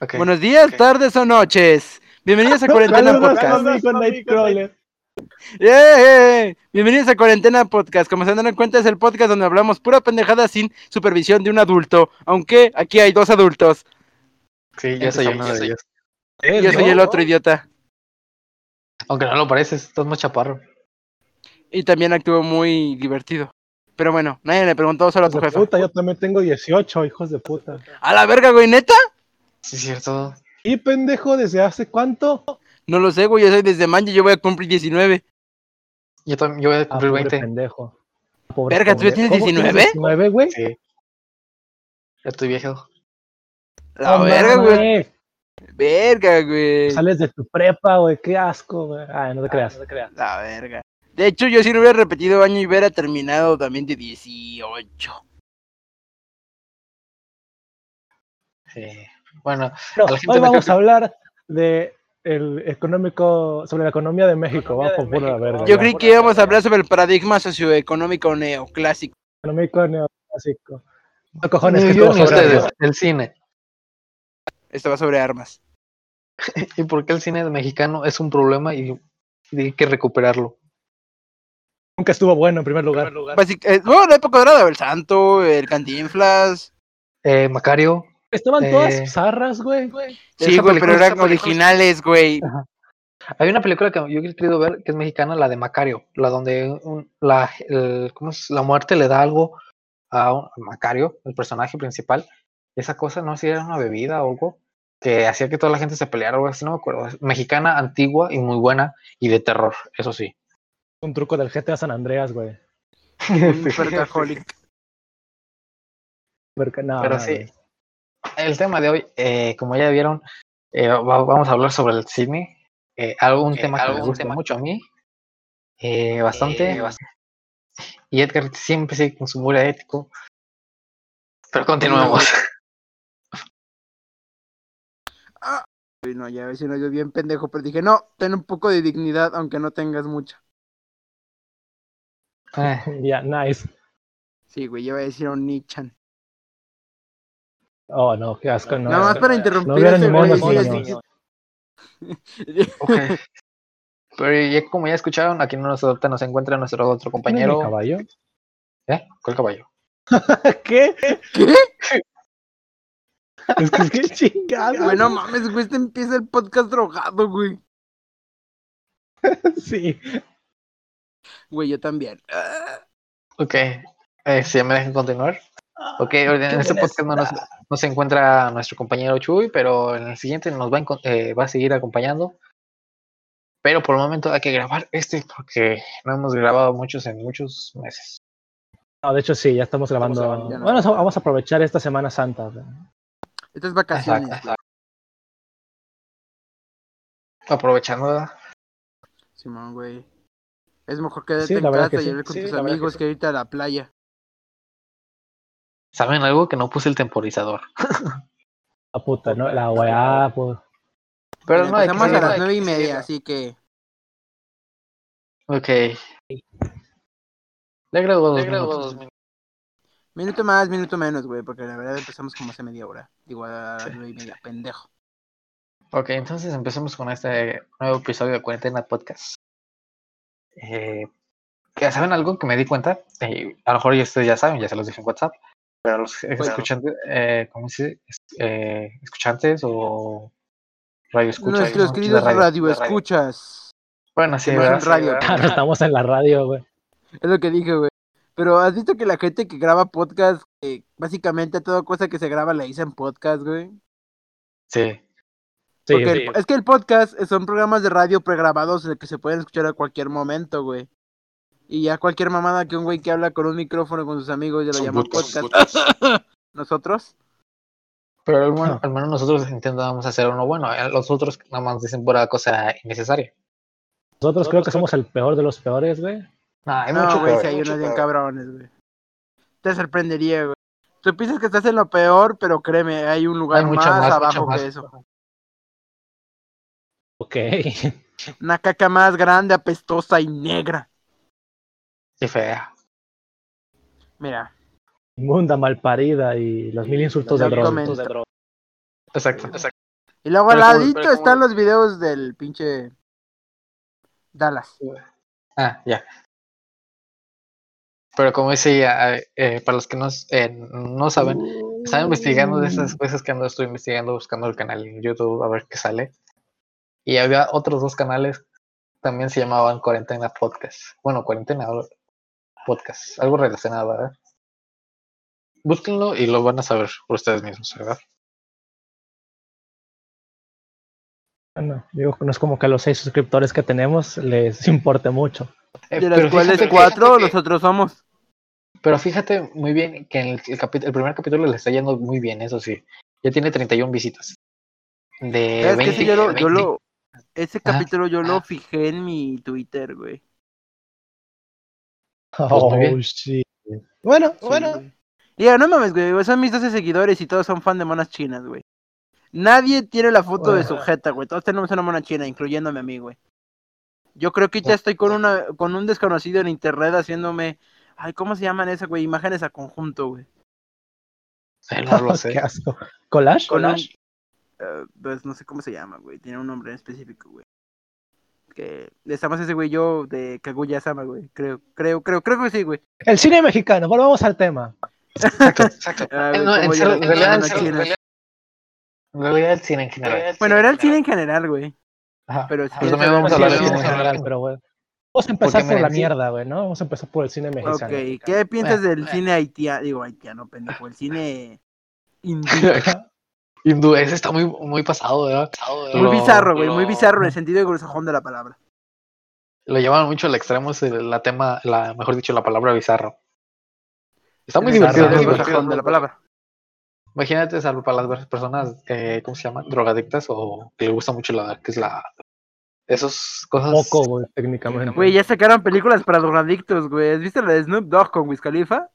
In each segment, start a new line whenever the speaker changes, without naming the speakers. Ok.
Buenos días,
Ok.
tardes o noches. Bienvenidos a Cuarentena
Saludos a
Podcast.
Zombie con Nightcrawler.
¡Eh, eh! Bienvenidos a Cuarentena Podcast. Como se dan cuenta, es el podcast donde hablamos pura pendejada sin supervisión de un adulto. Aunque aquí hay dos adultos.
Sí, yo soy
Empezamos,
uno
yo
de
soy-
ellos.
Y Yo soy el otro idiota.
Aunque no lo pareces, estás más chaparro.
Y también actúo muy divertido. Pero bueno, nadie le preguntó solo a tu
Hijos de
jefa.
puta, yo también tengo 18, hijos de puta.
¡A la verga, güey! ¿Neta?
Sí, es cierto.
Y pendejo, ¿desde hace cuánto?
No lo sé, güey. Yo soy desde mayo. Yo voy a cumplir 19.
Yo también, yo voy a
Ah,
cumplir
pobre
20.
pendejo. Pobre
Verga, ¿tú ya
pendejo.
tienes
¿Cómo
19?
19, güey.
Sí. Ya estoy viejo.
La
No
verga,
mames,
güey. Verga, güey.
Sales de tu prepa, güey. Qué asco, güey. Ay, no te creas. no te creas.
La verga. De hecho, yo si no hubiera repetido año y hubiera terminado también de 18.
Sí. Bueno,
Bueno,
A la gente
hoy
no
vamos
creo
a hablar de el económico sobre la economía de México. Vamos por pura verga.
Yo
ya.
creí que íbamos a hablar sobre el paradigma socioeconómico neoclásico.
Económico neoclásico. No cojones
ni
que
yo
estuvo
ni
sobre
ustedes,
verga.
el cine.
Estaba sobre armas.
¿Y por qué el cine mexicano es un problema y, y hay que recuperarlo?
Nunca estuvo bueno en primer lugar.
Basic- eh, bueno, la época dorada, el santo, el cantinflas.
Eh, Macario,
Estaban
Eh,
todas zarras,
Sí,
güey.
Esa
güey,
película-
pero
esa
eran
película-
originales, güey.
Hay una película que yo he querido ver que es mexicana, la de Macario, la donde un- la, el- ¿cómo es? la muerte le da algo a, un- a Macario, el personaje principal. Esa cosa, no sé si era una bebida o algo, que hacía que toda la gente se peleara o algo así, no me acuerdo. Es Mexicana, antigua y muy buena y de terror, eso sí.
Un truco del GTA San Andreas, güey.
Un Supercaholic.
Verga, no,
Pero
no,
sí.
güey.
El tema de hoy, eh, como ya vieron, eh, va- vamos a hablar sobre el cine, eh, algo, un tema que me
algún
gusta
tema
mucho a mí, eh, bastante.
Eh, bast-
Y Edgar siempre sigue con su muro ético. Pero continuemos.
Uy, No, ya ves si no yo bien pendejo, pero dije, no, ten un poco de dignidad, aunque no tengas mucha.
Eh,
Ya, nice.
Sí, güey, yo iba a decir un Nichan.
Oh, no, qué asco, no.
Nada más
no.
para interrumpir.
no hubiera
ese
ni
güey,
monos,
sí,
ni
sí,
niños.
sí.
ok. Pero ya, como ya escucharon, aquí no nos adopta, nos encuentra nuestro otro
¿Tiene mi
compañero.
caballo?
¿Eh? ¿Cuál caballo?
¿Qué?
¿Qué?
Es que qué chingado.
Güey, no mames, güey, este empieza el podcast drogado, güey.
sí.
Güey, yo también. Ah.
Ok. Eh, si me dejan continuar.
Ah,
Ok, en este podcast no nos, no se encuentra nuestro compañero Chuy, pero en el siguiente nos va a, encon- eh, va a seguir acompañando. Pero por el momento hay que grabar este porque no hemos grabado muchos en muchos meses.
No, de hecho sí, ya estamos grabando.
grabando,
ya no.
bueno, so- vamos a aprovechar esta Semana Santa. güey.
Estas vacaciones. güey.
Aprovechando. ¿verdad?
Simón, güey. Es mejor quedarte
Sí, la
en casa
verdad que
y
sí.
ir con
Sí,
tus
la verdad que
amigos que, irte a la playa.
¿Saben algo? Que no puse el temporizador.
La puta, ¿no? La weá, pues.
Pero
Mira,
no, hay que
empezamos a
seguir-
las nueve y media, así que.
Ok. Le agrego dos
Le agrego
minutos.
dos minutos.
Minuto más, minuto menos, güey, porque la verdad empezamos como hace media hora. Digo, a las nueve y media, pendejo.
Ok, entonces empecemos con este nuevo episodio de Cuarentena Podcast. Eh, que, ¿Saben algo que me di cuenta? Eh, a lo mejor ya ustedes ya saben, ya se los dije en WhatsApp. Pero los ex-
Bueno.
escuchantes, eh, ¿cómo se dice? Es- eh, escuchantes o radio escuchas.
Nuestros queridos radioescuchas.
Bueno, sí,
que no
¿verdad?
son radio.
Ah, no estamos en la radio, güey.
Es lo que dije, güey. Pero has visto que la gente que graba podcast, eh, básicamente toda cosa que se graba la dicen podcast, güey.
Sí.
Sí,
Porque el-
sí.
es que el podcast son programas de radio pregrabados de que se pueden escuchar a cualquier momento, güey. Y ya cualquier mamada que un güey que habla con un micrófono con sus amigos ya lo llama podcast. Nosotros,
Pero al
Ah.
menos, al menos nosotros intentábamos hacer uno bueno. eh, Los otros nada más dicen pura cosa innecesaria.
Nosotros creo que somos el peor de los peores, güey.
No, hay
no,
mucho
güey,
peor.
si hay unos bien cabrones, güey. Te sorprendería, güey. Tú piensas que estás en lo peor, pero créeme, hay un lugar
Hay mucho
más,
más, mucho
abajo
más.
que eso.
Ok.
Una caca más grande, apestosa y negra.
Sí, fea.
Mira,
Inmunda, malparida y los mil insultos
No
de droga.
comento.
Exacto.
Y luego al
Pero como-
ladito
pero como-
están los videos del pinche Dallas.
Ah, ya. Pero como dice ya, eh, para los que no, s- eh, no saben, estaba investigando de esas veces que ando, estoy investigando, buscando el canal en YouTube a ver qué sale. Y había otros dos canales, también se llamaban Cuarentena Podcast. Bueno, Cuarentena o- Podcast, algo relacionado, ¿verdad? Búsquenlo y lo van a saber por ustedes mismos, ¿verdad?
Ah, No, digo, no es como que a los seis suscriptores que tenemos les importe mucho.
Eh,
de las cuales
fíjate-
cuatro
fíjate que-
nosotros somos.
Pero fíjate muy bien que en el, el capi- el primer capítulo le está yendo muy bien, eso sí. Ya tiene 31 visitas. De
Es que
20,
ese yo lo, yo
20.
lo- ese
Ah,
capítulo yo lo
Eh, ah.
fijé en mi Twitter, güey.
muy Pues bien.
Oh, sí. Bueno,
Sí,
Ah, bueno.
güey. Diga, no mames, güey, son mis 12 seguidores y todos son fan de monas chinas, güey. Nadie tiene la foto de su
Ajá.
jeta, güey. Todos tenemos una mona china, incluyéndome a mí, güey. Yo creo que ya estoy con una con un desconocido en internet haciéndome, ay, ¿cómo se llaman esas, güey? Imágenes a conjunto, güey.
Eh, no lo sé.
Qué asco. ¿Collage?
Con un-
¿Collage?
eh, pues no sé cómo se llama, güey. Tiene un nombre en específico, güey. Que estamos ese güey yo de Kaguya Sama, güey. Creo, creo, creo, creo que sí, güey.
El cine mexicano, volvamos al tema.
Exacto, exacto.
Ah,
Eh,
güey,
no, en
cómo
serio,
lloran
en realidad,
las
en
monas
serio, en
chinas.
realidad- en realidad el cine en general.
Bueno, era el cine en general, güey.
Ajá.
Pero si
Pues
quieres
también vamos a
Sí,
hablar
sí,
del cine
vamos a hablar,
general.
pero bueno. Vamos a empezar
Porque
por la
miren, sí.
mierda, güey, ¿no? Vamos a empezar por el cine mexicano.
Ok, ¿qué piensas
Bueno,
del
bueno.
cine haitiano? Digo, haitiano, pendejo, el cine hindú.
Hindú, ese está muy, muy pasado, ¿verdad?
Muy
Lo-
bizarro, güey, muy bizarro en el sentido grosajón de la palabra.
Lo llevaban mucho al extremo, es el- la tema, la, mejor dicho, la palabra bizarro. Está muy
En el
divertido.
sentido
muy
divertido.
divertido.
grosajón de la palabra.
Imagínate, salvo para las ver- personas, eh, ¿cómo se llaman? Drogadictas o que les gusta mucho la, que es la, esas cosas.
Poco, güey, técnicamente.
Güey, ya sacaron películas para drogadictos, güey. ¿Has visto la de Snoop Dogg con Wiz Khalifa?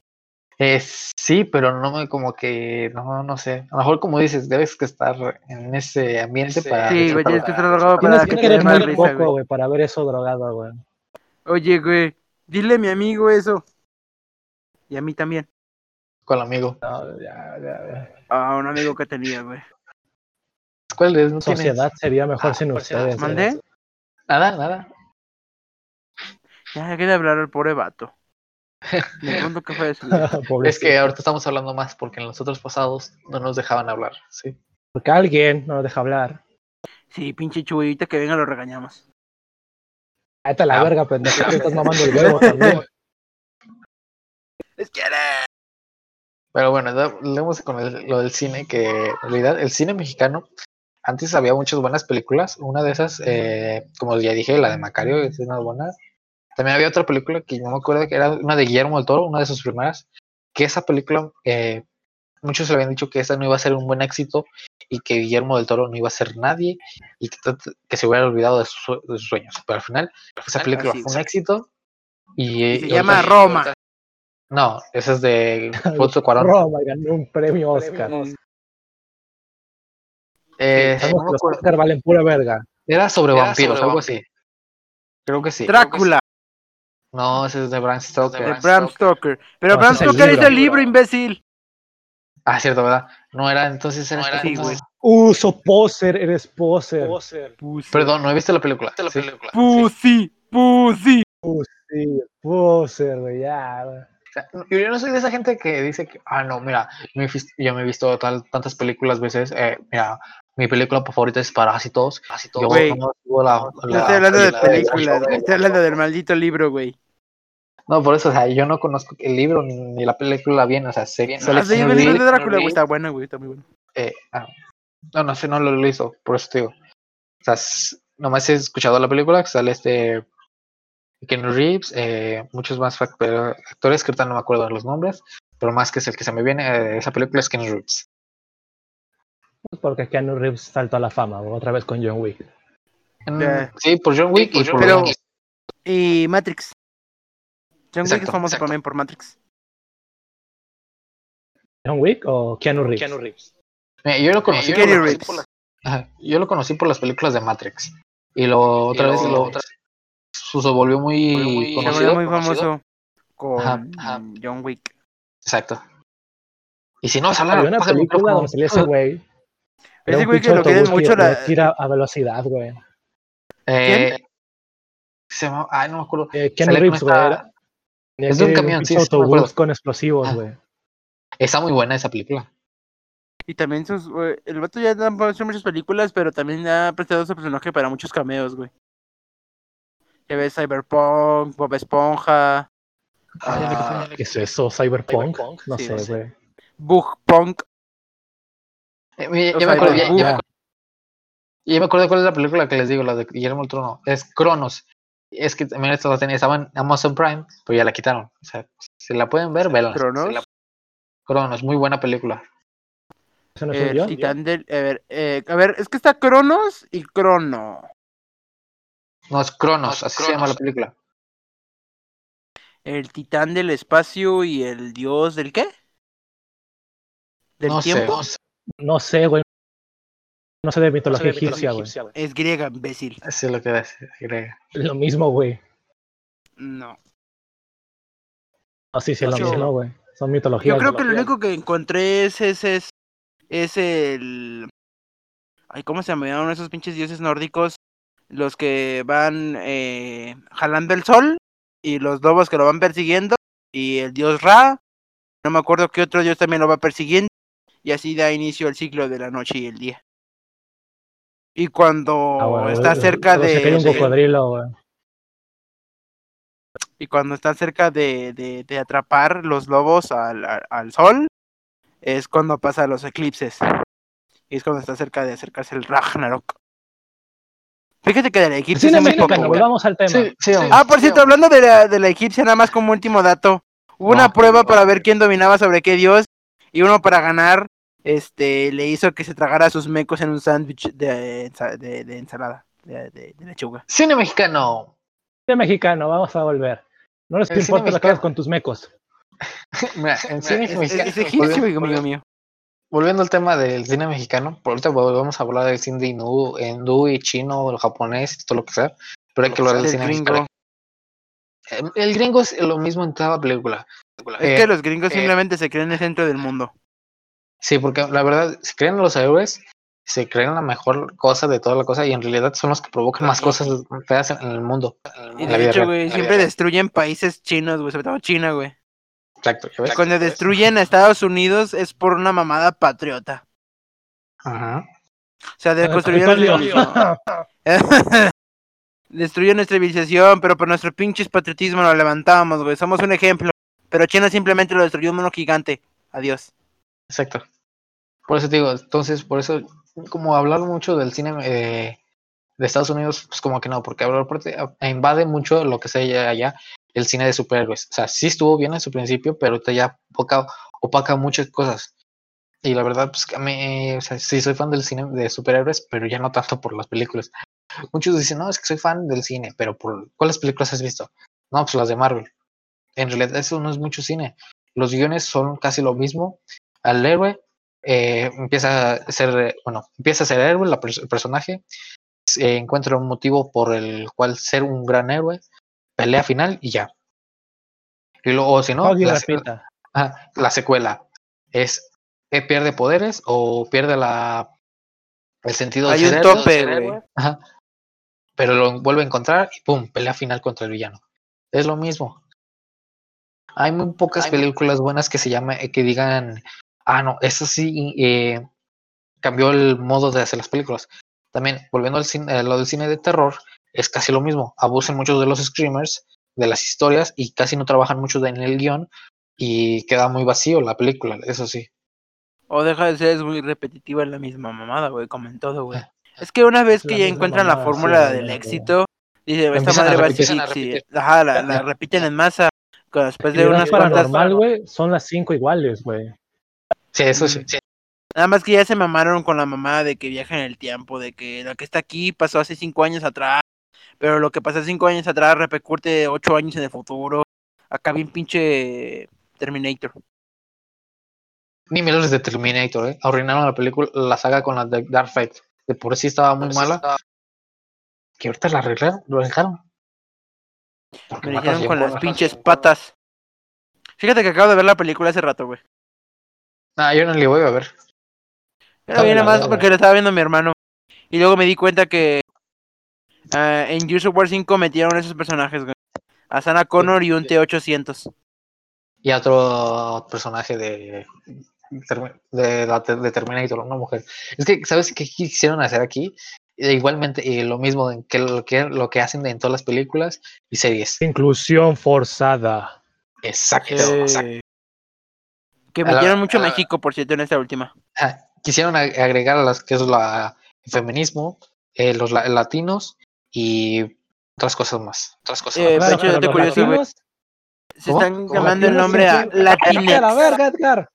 Eh, sí, pero no me como que, no, no sé. A lo mejor como dices, debes que estar en ese ambiente
Sí,
para...
Sí, güey, tienes que estar drogado
Tienes
para
que
que te dé
querer
más
muy
risa,
poco,
güey.
güey, para ver eso drogado, güey.
Oye, güey, dile a mi amigo eso. Y a mí también.
Con el amigo.
No, ya, ya, ya.
A Ah, un amigo que tenía, güey.
¿Cuál es? No tienes
Sociedad sería mejor
Ah,
sin
pues,
ustedes. ¿eh? güey.
¿Mandé?
Nada, nada.
Ya dejé de hablar al pobre vato. Me pregunto qué fue de su vida.
Es
Pobrecito.
que ahorita estamos hablando más porque en los otros pasados no nos dejaban hablar, ¿sí?
Porque alguien no nos deja hablar.
Sí, pinche chuy, ahorita que venga lo regañamos.
Vete a la
Ah.
verga, pendejo. Te estás mamando el huevo también.
¡Es que eres!
Pero bueno, da- hablemos con el- lo del cine, que en realidad el cine mexicano, antes había muchas buenas películas, una de esas, eh, como ya dije, la de Macario, es una buena. También había otra película que no me acuerdo, que era una de Guillermo del Toro, una de sus primeras, que esa película, eh, muchos le habían dicho que esa no iba a ser un buen éxito y que Guillermo del Toro no iba a ser nadie y que, tot- que se hubiera olvidado de sus, sue- de sus sueños. Pero al final, esa película
así
fue
es.
un éxito.
Ah,
Y,
Y
eh,
se
y
llama
ahorita-
Roma.
No, esa es de Alfonso Cuarón.
Roma ganó un premio Oscar.
Eh, no
Sabemos
me
que los
acuerdo.
Oscar valen pura verga.
Era sobre
Era
vampiros,
sobre
algo así. Creo que sí.
Drácula,
No, ese es de Bram Stoker.
de Bram Stoker. Pero
No,
Bram
ese es el
Stoker es
libro.
el libro, imbécil.
Ah, cierto, ¿verdad? No era, entonces era. este
No
esta
era,
como-
güey.
Uso poser, eres poser.
Pussy.
Perdón, no he visto la película.
¿Viste la
sí.
película?
Pussy, pussy.
Sí, poser, güey, ya.
O
güey.
sea, no- Ah, Yo no soy de esa gente que dice que, ah, no, mira, me fis- yo me he visto tal- tantas películas veces. eh, mira, mi película favorita es Parásitos. Yo
Güey.
no sigo la-
No
la-
estoy hablando de
la-
películas, güey, estoy hablando del maldito libro, güey.
No, por eso, o sea, yo no conozco el libro ni, ni la película bien, o sea, sé bien.
Ah, sí, el libro de Drácula, güey,
Lee.
está bueno, güey, está muy bueno.
eh, ah, no, no sé, no lo hizo, por eso te digo. O sea, s- nomás he escuchado la película que sale este Ken Reeves, eh, muchos más fac- pero actores que ahorita no me acuerdo de los nombres, pero más que es el que se me viene, eh, esa película es Ken Reeves.
Porque Keanu Reeves saltó a la fama, güey, otra vez con John Wick.
Mm,
Ya.
Sí, por John Wick y
por John
por
Wick.
pero,
Y Matrix. John Wick es
Exacto,
famoso
exacto.
también por Matrix.
¿John Wick o Keanu Reeves?
yo lo conocí
Eh,
por
Keanu
las-
Reeves.
por las- ajá, yo lo conocí por las películas de Matrix. Y lo otra vez
luego-
lo otra su- se volvió muy,
Volvió muy-
Se volvió
conocido.
muy
conocido.
famoso con mm,
Ajá,
ajá.
John Wick.
Exacto. Y si no,
Había
hablar
una película donde salía ese güey.
Ese
Era un
güey que
pinche
lo quieren
autobús
mucho
llevaba
la-
que ir a, a velocidad, güey.
Eh, se llama- ay, no me acuerdo.
Eh, Ken
Sale con
Reeves, güey.
esta-
era- tenía
Es de un
que ir
camión, sí,
pinche
sí, me
autobús
acuerdo.
con explosivos,
Ah.
güey.
Está muy buena esa película.
Y también sus, güey, el vato ya ha hecho muchas películas, pero también ha prestado su personaje para muchos cameos, güey. Ya ves Cyberpunk, Bob Esponja,
Ay, ya le
Ah,
puse, ya
¿Qué
le
es eso? ¿Cyberpunk?
Cyberpunk,
No
sí, no
sé,
sé.
güey.
Bug Punk.
Eh, mira,
o
ya,
sea,
me acuerdo,
iba-
ya- ya me acu- ya me acuerdo cuál es la película que les digo, la de Guillermo del Trono. Es Cronos. Es que también esta la tenía, estaba en Amazon Prime, pero ya la quitaron. O sea, si la pueden ver, véanla.
¿Cronos?
Si la- Cronos, muy buena película.
¿Eso no es un
El
guión?
titán del. A ver, eh, a ver, es que está Cronos y Crono.
No, es Cronos,
No, es
así se
Cronos.
llama la película.
El titán del espacio y el dios del qué? ¿Del
No sé,
tiempo?
no sé.
No sé, güey. No sé de mitología
No sé, de mitología
egipcia, güey.
egipcia, güey.
Es griega, imbécil.
Eso es lo que decía, agrega.
Lo mismo, güey.
No.
No, sí, sí, es
No
lo
sé.
mismo, güey. Son mitologías.
Yo creo que
güey.
lo único que encontré es ese. Es, es el. Ay, ¿cómo se llamaban esos pinches dioses nórdicos? Los que van eh, jalando el sol y los lobos que lo van persiguiendo y el dios Ra. No me acuerdo qué otro dios también lo va persiguiendo. Y así da inicio el ciclo de la noche y el día. Y cuando
Ah, güey,
está
güey,
cerca
güey,
de.
Se cae un
de-
cocodrilo, güey.
Y cuando están cerca de, de- de atrapar los lobos al, al- al sol, es cuando pasan los eclipses. Y es cuando está cerca de acercarse el Ragnarok. Fíjate que de la egipcia
Sí,
sé
no,
muy
sí, no,
poco,
no,
güey.
volvamos al tema.
Sí, sí, vamos.
Ah, por cierto, hablando de la, de la egipcia, nada más como último dato. Hubo una
No,
prueba para ver quién dominaba sobre qué dios. Y uno para ganar, este, le hizo que se tragara sus mecos en un sándwich de, ensa- de- de ensalada, de, de- de lechuga.
Cine mexicano.
De mexicano, vamos a volver. No nos
El cine
importa lo que
mexicano.
hagas con tus mecos.
Mira, en cine
Es, es-
mexicano.
es egipcio,
volviendo-
amigo mío.
Volviendo al tema del cine mexicano, por ahorita volvemos a hablar del cine hindú, hindú y chino, el japonés, y todo lo que sea, pero hay que hablar del
Del
cine
gringo.
mexicano. Eh, El gringo es lo mismo en cada película.
Es
Eh,
que los gringos
eh,
simplemente se creen el centro del mundo.
Sí, porque la verdad, se creen los héroes, se creen la mejor cosa de toda la cosa y en realidad son los que provocan más cosas feas en el mundo.
Y
en la
de
vida
hecho,
real,
güey,
en la
siempre
vida real.
destruyen países chinos, güey, sobre todo China, güey.
Exacto, pues. ¿ya ves?
Cuando destruyen a Estados Unidos es por una mamada patriota.
Ajá.
O sea,
Ah,
deconstruyeron
Antonio.
Destruyeron nuestra civilización, pero por nuestro pinches patriotismo lo levantamos, güey. Somos un ejemplo. Pero China simplemente lo destruyó un mono gigante. Adiós.
Exacto. Por eso te digo, entonces, por eso, como hablar mucho del cine eh, de Estados Unidos, pues como que no, porque hablar aparte, a- invade mucho lo que se halla allá, el cine de superhéroes. O sea, sí estuvo bien en su principio, pero te ya opaca, opaca muchas cosas. Y la verdad, pues que a mí, o sea, sí soy fan del cine de superhéroes, pero ya no tanto por las películas. Muchos dicen, no, es que soy fan del cine, pero por ¿cuáles películas has visto? No, pues las de Marvel. En realidad, eso no es mucho cine. Los guiones son casi lo mismo, al héroe, eh, empieza a ser, eh, bueno, empieza a ser héroe la pers- el personaje, se encuentra un motivo por el cual ser un gran héroe, pelea final y ya. Y luego, o si no,
Hog y
la, se-
Lupita.
ajá, la secuela es eh, pierde poderes o pierde la el sentido
Hay
de
un
ser héroe,
tope, güey.
ajá, pero lo vuelve a encontrar y pum, pelea final contra el villano. Es lo mismo. Hay muy pocas películas buenas que se llama, eh, que digan, ah, no, eso sí eh, cambió el modo de hacer las películas. También, volviendo al cine, a lo del cine de terror, es casi lo mismo. Abusan muchos de los screamers, de las historias, y casi no trabajan mucho de- en el guión, y queda muy vacío la película, eso sí.
O deja de ser es muy repetitiva en la misma mamada, güey, como en todo, güey. Es que una vez
Es
que
la
ya
misma
encuentran la
mamada, sí,
fórmula
güey,
del
la
éxito, dice, esta
empiezan a
madre va a
repetir,
seguir,
a
sí".
repetir.
Ajá, la, la repiten en masa. con- Después Pues de
Actividad
unas cuantas...
paranormal, güey, son las cinco iguales, güey.
Sí, eso sí. sí.
Nada más que ya se mamaron con la mamá de que viaja en el tiempo, de que lo que está aquí pasó hace cinco años atrás, pero lo que pasó cinco años atrás repercute ocho años en el futuro. Acá bien pinche Terminator.
Ni me los de Terminator, ¿eh? Arruinaron la película, la saga con la de Dark Fate. De por sí estaba muy
Pues
mala. Que ahorita la arreglaron, lo dejaron. Porque
Me
matas
dijeron
bien
con las
buenas.
pinches patas.
Ah,
Fíjate que acabo de ver la película hace rato, güey.
Nah, yo no le voy a ver.
Yo la vi
Está
nada más
buena,
porque la estaba viendo mi hermano. Y luego me di cuenta que ah, en Gears of War 5 metieron esos personajes, güey. A Sana Connor y un T-800.
Y a otro personaje de, de, la- de Terminator, una mujer. Es que, ¿sabes qué quisieron hacer aquí? Eh, Igualmente, y lo mismo en que lo, que lo que hacen en todas las películas y series.
Inclusión forzada.
Exacto. exacto.
Eh, Que
A la-
metieron mucho
a la-
México, por cierto, en esta última.
Ah, Quisieron ag- agregar a las que es la, el feminismo, eh, los la- latinos y otras cosas más. Otras cosas
Eh,
más.
de hecho,
pero
te
los
curioso, güey.
latinos-
Se
¿Cómo?
están
¿Cómo?
llamando el
latinos
nombre a
siempre-
Latinex.
¡A la verga, Edgar!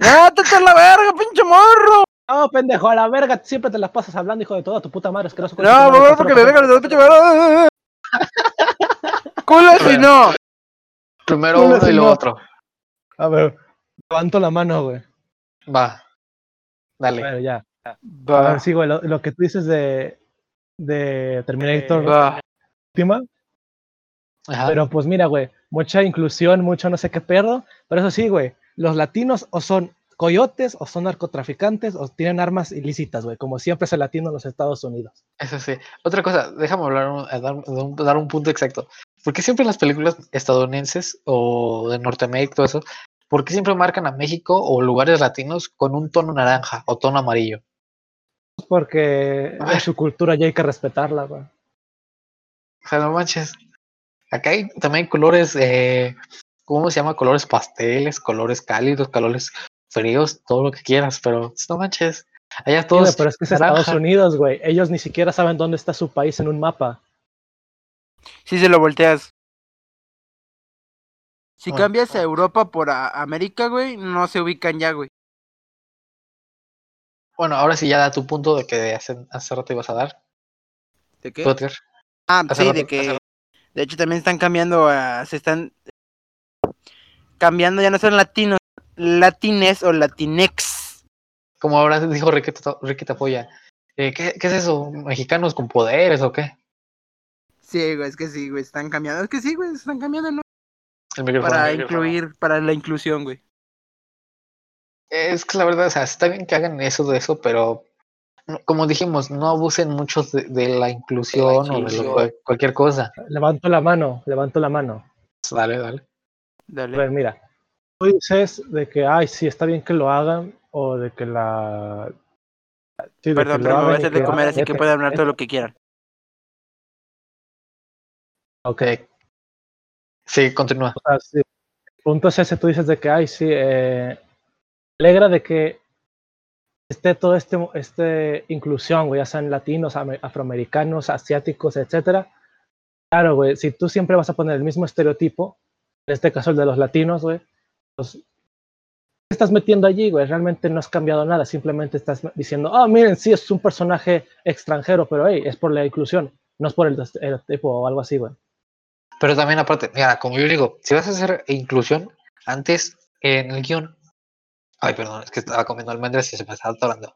¡Ah, te la verga, pinche morro!
No, pendejo, a la verga, siempre te las pasas hablando, hijo de toda tu puta madre, asqueroso. coche, tu
No,
madre,
por favor,
coche,
porque
tu
me
madre.
vengan los dos, pinche morro. ¡Culo si no!
Primero
Hola,
uno y lo
señor.
otro.
A ver, levanto la mano, güey.
Va. Dale.
Bueno, ya. A
Va,
ver, sí, güey, lo, lo que tú dices de, de Terminator
Eh, ah.
va.
última,
Ajá.
pero pues mira, güey, mucha inclusión, mucho no sé qué perro, pero eso sí, güey, los latinos o son coyotes, o son narcotraficantes, o tienen armas ilícitas, güey, como siempre es el latino en los Estados Unidos.
Eso sí. Otra cosa, déjame hablar, un- a dar, de un- dar un punto exacto. ¿Por qué siempre en las películas estadounidenses o de Norteamérica, todo eso, por qué siempre marcan a México o lugares latinos con un tono naranja o tono amarillo?
Porque
A ver.
en su cultura ya hay que respetarla, güey.
O sea, no manches. Acá hay también colores, eh, ¿cómo se llama? Colores pasteles, colores cálidos, colores fríos, todo lo que quieras, pero no manches. Allá
Sí, güey,
todos.
pero es que es
naranja.
Estados Unidos, güey. Ellos ni siquiera saben dónde está su país en un mapa.
Si se lo volteas. Si
Ah.
cambias a Europa por a América, güey, no se ubican ya, güey.
Bueno, ahora sí ya da tu punto de que hace, hace rato ibas a dar.
¿De
Tú, Edgar.
Ah,
Hace
sí,
rato-
de
hace
que.
rato.
De hecho, también están cambiando a. Se están. Cambiando, ya no son latinos. Latines o latinex.
Como ahora dijo Ricky, Tato- Ricky Tapoya. eh, ¿qué, qué es eso? ¿Mexicanos con poderes o qué?
Sí, güey, es que sí, güey, están cambiando. Es que sí, güey, están cambiando, ¿no?
El micrófono,
Para
el micrófono.
incluir, para la inclusión, güey.
Es que la verdad, o sea, está bien que hagan eso de eso, pero no- como dijimos, no abusen mucho de, de la inclusión o de lo-
inclusión.
cual- cualquier cosa.
Levanto la mano, levanto la mano.
Dale, dale.
A
Dale.
ver, Pues mira. Tú dices de que, ay, sí, está bien que lo hagan, o de que la. sí, de
Perdón, pero me
que lo
voy
hagan
a
y
hacer de
que-
comer, así que
vete,
pueden hablar
vete.
todo lo que quieran.
Ok. Sí, continúa.
O sea, sí. El punto es ese, tú dices de que, ay, sí, eh, me alegra de que esté todo este, este inclusión, güey, ya sean latinos, ame- afroamericanos, asiáticos, etcétera. Claro, güey, si tú siempre vas a poner el mismo estereotipo, en este caso el de los latinos, güey, pues, ¿qué estás metiendo allí, güey? Realmente no has cambiado nada, simplemente estás diciendo, ah, miren, sí, es un personaje extranjero, pero hey, es por la inclusión, no es por el estereotipo o algo así, güey.
Pero también aparte, mira, como yo digo, si vas a hacer inclusión, antes en el guión. Ay, perdón, es que estaba comiendo almendras y se me estaba atorando.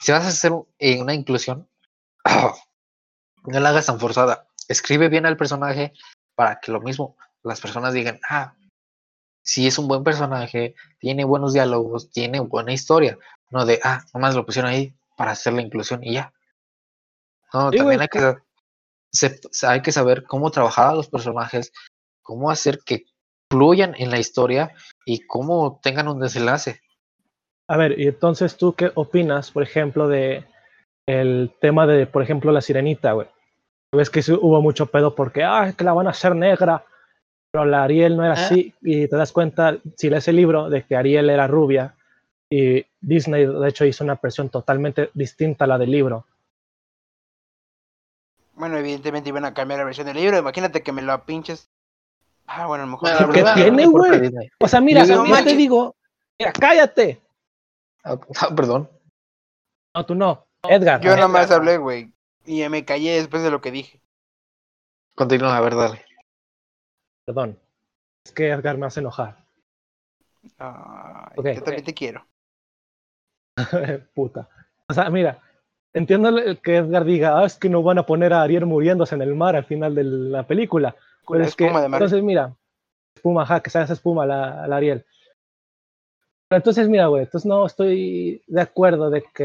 Si vas a hacer un- eh, una inclusión, no la hagas tan forzada. Escribe bien al personaje para que lo mismo las personas digan, ah, si es un buen personaje, tiene buenos diálogos, tiene buena historia. No de, ah, nomás lo pusieron ahí para hacer la inclusión y ya. No,
Sí, güey,
también hay que, sa- se- se- hay que saber cómo trabajar a los personajes, cómo hacer que fluyan en la historia y cómo tengan un desenlace.
A ver, y entonces tú qué opinas, por ejemplo, de el tema de, por ejemplo, la sirenita, güey. Ves que sí hubo mucho pedo porque, ah, es que la van a hacer negra, pero la Ariel no era
Ah.
así. Y te das cuenta, si lees el libro, de que Ariel era rubia y Disney, de hecho, hizo una presión totalmente distinta a la del libro.
Bueno, evidentemente iban a cambiar la versión del libro. Imagínate que me lo pinches. Ah, bueno, a lo mejor.
Bueno,
sí,
la
¿qué
verdad,
¿verdad?
tiene,
por
güey?
pedirme.
O sea, mira,
Yo
digo,
yo te
manches.
digo, mira, cállate.
Ah, ah, perdón.
No, tú no. Edgar.
Yo
Edgar.
nada más hablé, güey. Y me callé después de lo que dije.
Continúa, a ver, dale.
Perdón. Es que Edgar me hace enojar.
Ay,
Ok.
yo también te quiero.
Puta. O sea, mira, entiendo el- que Edgar diga, "Ah, es que no van a poner a Ariel muriéndose en el mar al final de la película.
Con
Pero
la
es que,
espuma de mar.
entonces, mira, espuma, ajá, que se hace espuma la, la Ariel. Pero entonces, mira, güey, entonces no estoy de acuerdo de que,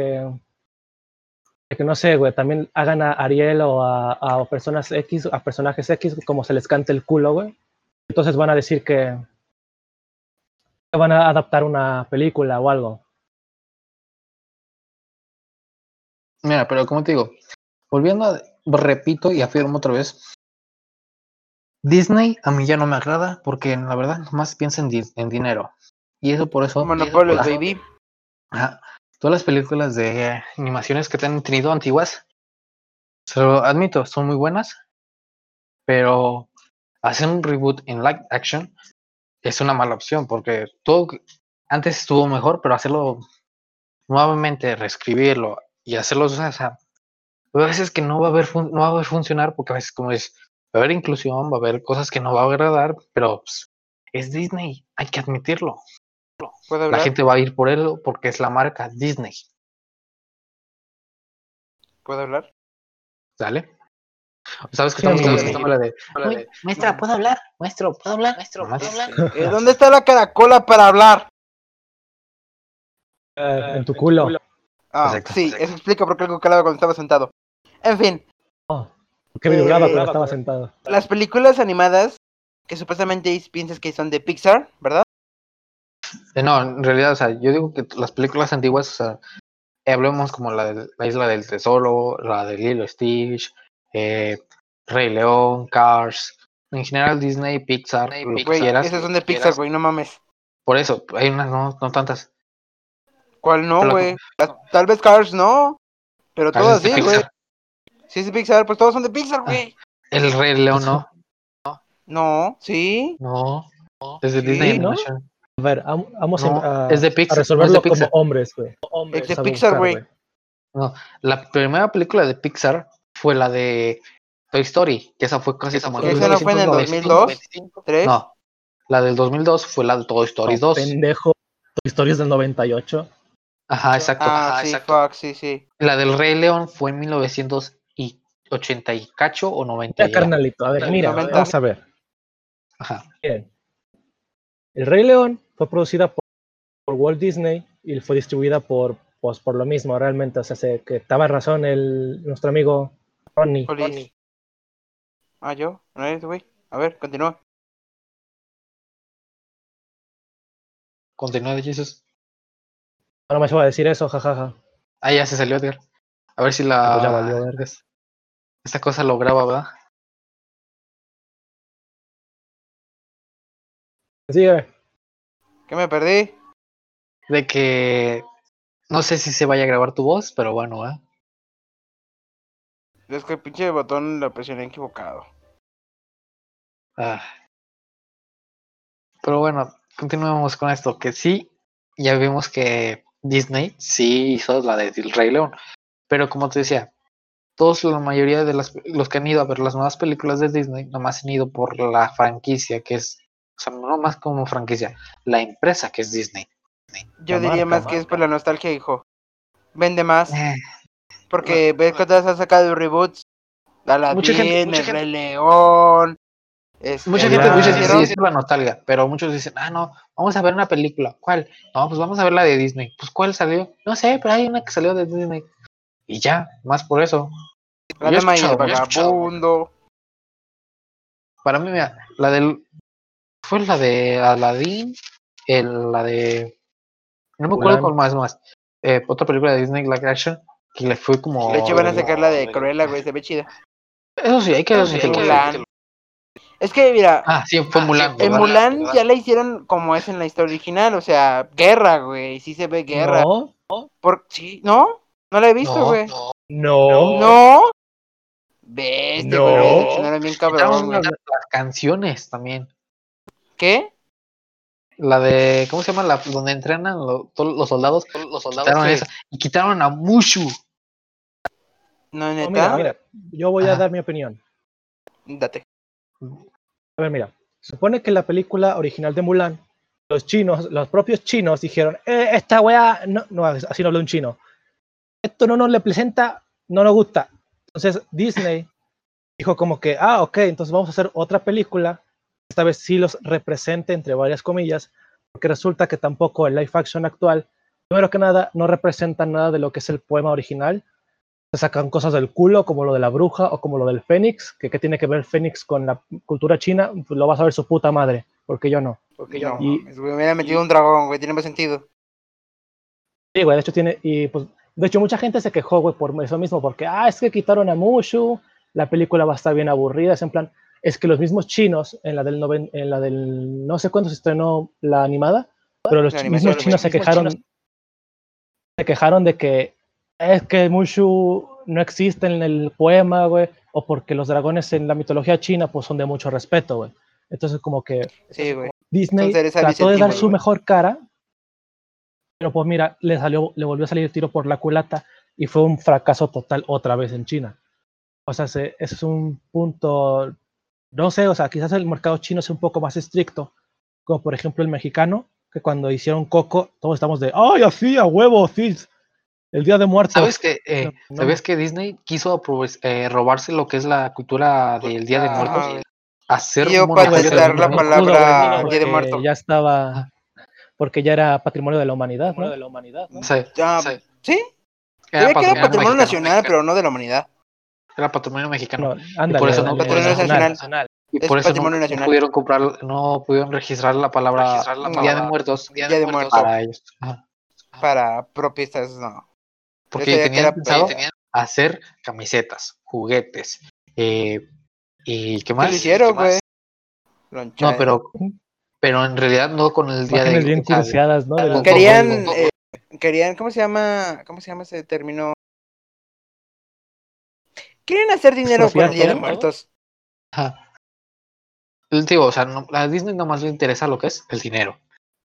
de que no sé, güey, también hagan a Ariel o a, a personas X, a personajes X, como se les cante el culo, güey. Entonces van a decir que, que van a adaptar una película o algo.
Mira, pero como te digo, volviendo, a- repito y afirmo otra vez, Disney a mí ya no me agrada porque la verdad más piensa en, di- en dinero. Y eso por eso... y eso por
Monopoly,
eso-
baby.
Ajá. Todas las películas de eh, animaciones que te han tenido antiguas, se lo admito, son muy buenas, pero hacer un reboot en live action es una mala opción porque todo que- antes estuvo mejor, pero hacerlo nuevamente, reescribirlo y hacerlo, o sea, o sea, a veces que no va a haber fun- no va a haber funcionar porque a veces como es va a haber inclusión, va a haber cosas que no va a agradar, pero pues, es Disney, hay que admitirlo.
¿Puedo
La
hablar?
gente va a ir por él porque es la marca Disney,
¿Puedo hablar?
¿sale? Sabes que
Sí,
estamos
amigo.
contestando la de.
Habla
"Uy,
de-
Maestra, ¿puedo hablar? Maestro, ¿puedo hablar? Maestro,
¿puedo hablar?"
Eh, ¿Dónde está la caracola para hablar?
Eh, en tu culo.
Ah,
Exacto,
sí,
exacto.
eso explica por qué el calaba cuando estaba sentado. En fin,
Oh, que vibraba
Eh,
cuando estaba sentado.
las películas animadas que supuestamente piensas que son de Pixar, ¿verdad?
Eh, No, en realidad, o sea, yo digo que las películas antiguas, o sea, eh, hablemos como la, de la Isla del Tesoro, la de Lilo y Stitch, eh, Rey León, Cars, en general Disney, Pixar, lo que
Güey,
quieras.
esas son de Pixar,
quieras.
güey, no mames.
Por eso, hay unas, no, no tantas.
¿Cuál no,
Pero-
güey? Tal vez Cars no, pero
Tal
todas
vez de
sí, güey.
Pixar. Ah.
Si es de Pixar, pues todas son de Pixar, güey.
El Rey León no,
No, sí.
no, es de Disney
Sí,
¿no?
Animation.
A ver, am- vamos
No,
a,
es de
a
Pixar, no es de
resolverlo como
Pixar.
hombres, güey. Hombres,
Es de
a
Pixar,
buscar,
güey.
La primera película de Pixar fue la de Toy Story, que esa fue casi como en
Esa no fue en el 2002, 3.
No, la del 2002 fue la de Toy Story
No,
2.
Pendejo. Historias del 98.
Ajá, exacto.
Ah,
Ajá,
sí,
exacto.
fuck, sí, sí.
La del Rey León fue en 1980 y cacho o 90.
Ya,
y algo.
carnalito. A ver,
Ya,
mira,
comenta.
vamos a ver.
Ajá.
Bien. El Rey León fue producida por, por Walt Disney y fue distribuida por, pues, por lo mismo, realmente. O sea, se- que estaba en razón el, nuestro amigo Ronnie.
Polis. Ah, yo, no eres, güey. A ver, continúa.
Continúa de Jesus.
Ahora me voy a decir eso, jajaja.
Ah, ya se salió Edgar. A ver si la.
Pues ya valió, vergas.
Esta cosa lo graba, ¿verdad?
Sigue.
¿Qué me perdí?
De que. No sé si se vaya a grabar tu voz, pero bueno, ¿verdad?
Es que el pinche botón lo presioné equivocado.
Ah. Pero bueno, continuemos con esto, que sí, ya vimos que Disney sí hizo la de El Rey León, pero como te decía, todos la mayoría de las, los que han ido a ver las nuevas películas de Disney, nomás han ido por la franquicia que es, o sea, no más como franquicia, la empresa que es Disney.
Yo
La
diría
marca,
más que es por la nostalgia, hijo. Vende más,
Eh,
porque ves que todas han sacado reboots. La la
Mucha gente- mucha
el
gente-
Rey León. este,
Mucha
Ya.
gente
la-
mucha gente
¿Hicieron?
sí es la nostalgia, pero muchos dicen, ah, no, vamos a ver una película. ¿Cuál? No, pues vamos a ver la de Disney. Pues ¿cuál salió? No sé, pero hay una que salió de Disney. Y ya, más por eso.
La
Yo he
dama y el
escuchado, yo he escuchado.
vagabundo.
Para mí, mira, la del. Fue la de Aladdin, el- la de. No me acuerdo
Mulan.
cuál más, más. Eh, otra película de Disney Live Action que le fue como.
De hecho, van a sacar la de
no.
Cruella, güey, se ve chida.
Eso sí, hay que
Eso sí, hay que
decirlo.
Mulan. Es que, mira,
Ah, sí, fue
Ah, sí,
Mulan.
fue
en
¿verdad?
Mulan
¿verdad?
ya la hicieron como es en la historia original, o sea, guerra, güey. Sí se ve guerra.
No,
Por... Sí, ¿no? No la he visto,
No,
güey.
no.
¿No? Bestia, güey, me
No.
decepcionaron bien
Quitaron
cabrón, güey.
las, las canciones también.
¿Qué?
La de. ¿Cómo se llama? La, donde entrenan lo- todos los soldados.
Los
pues,
Quitaron esa. Y quitaron a Mushu.
No,
No,
neta.
mira, mira, yo voy a
Ajá.
dar mi opinión.
Date.
A ver, mira, se supone que la película original de Mulan, los chinos, los propios chinos dijeron, "Eh, esta weá, no, no, así no habla un chino, esto no nos le presenta, no nos gusta. Entonces Disney dijo como que, ah, ok, entonces vamos a hacer otra película, esta vez sí los represente, entre varias comillas, Porque resulta que tampoco el live action actual, primero que nada, no representa nada de lo que es el poema original. Se sacan cosas del culo, como lo de la bruja o como lo del fénix, que qué tiene que ver el fénix con la cultura china, Pues lo vas a ver su puta madre, porque yo no.
Porque yo no.
Y-
mames, güey, me hubiera metido un dragón, güey, tiene más sentido.
Sí, güey, de hecho tiene, y pues, de hecho mucha gente se quejó, güey, por eso mismo, porque, ah, es que quitaron a Mushu, la película va a estar bien aburrida, es en plan, es que los mismos chinos, en la del, noven- en la del no sé cuándo se estrenó la animada, pero los
La
chi-
animación,
mismos
güey.
chinos se
Mismos
quejaron,
chinos.
se quejaron de que es que Mushu no existe en el poema, güey, o porque los dragones en la mitología china, pues, son de mucho respeto, güey. Entonces, como que
Sí, güey.
Disney
Entonces, eres
trató de
Vicente
dar
Timor,
su
güey.
mejor cara, pero pues mira, le salió, le volvió a salir el tiro por la culata y fue un fracaso total otra vez en China. O sea, se- ese es un punto, no sé, o sea, quizás el mercado chino sea un poco más estricto, como por ejemplo el mexicano, que cuando hicieron Coco, todos estamos de, ay, así, a huevo, sí, el Día de Muertos.
¿Sabes que, eh,
No, no.
¿sabes que Disney quiso aprove- eh, robarse lo que es la cultura del Día de
Ah,
Muertos?
güey.
hacer
Yo
un
para
monopolio
quitar
del
la
mundo.
palabra-
güey,
Día de Muerto.
Ya estaba, porque ya era patrimonio de la humanidad, ¿no?
O sea,
Ah,
o sea,
sí, Sabía que
era
era patrimonio
patrimonio mexicano,
nacional, pero no de la humanidad.
Era patrimonio mexicano.
No, ándale,
por eso
ándale,
no-
Patrimonio nacional.
y
es
por eso
patrimonio
no, no
nacional.
pudieron comprar, no pudieron registrar la palabra
Registrar la
Día de
palabra
Muertos
Día
de
de
Muertos.
Muertos.
para ellos. Ajá.
Para propistas, no.
Porque
sabía que
tenían
era-
pensado
tenían-
hacer camisetas, juguetes. eh, ¿Y qué
¿Qué
más?
Pues lo hicieron,
¿Qué más?
güey?
No,
Lonchera.
pero, pero en realidad no con el Día
Imágenes
de
bien
o sea,
cursiadas, ¿no? De
algo
los-
que-
Querían,
Con- con-
eh, querían, ¿cómo se llama? ¿Cómo se llama ese término? Quieren hacer dinero con el Día de
¿Expropiar todo?
Muertos.
ajá. El tío, o sea, no- a Disney nomás le interesa lo que es el dinero.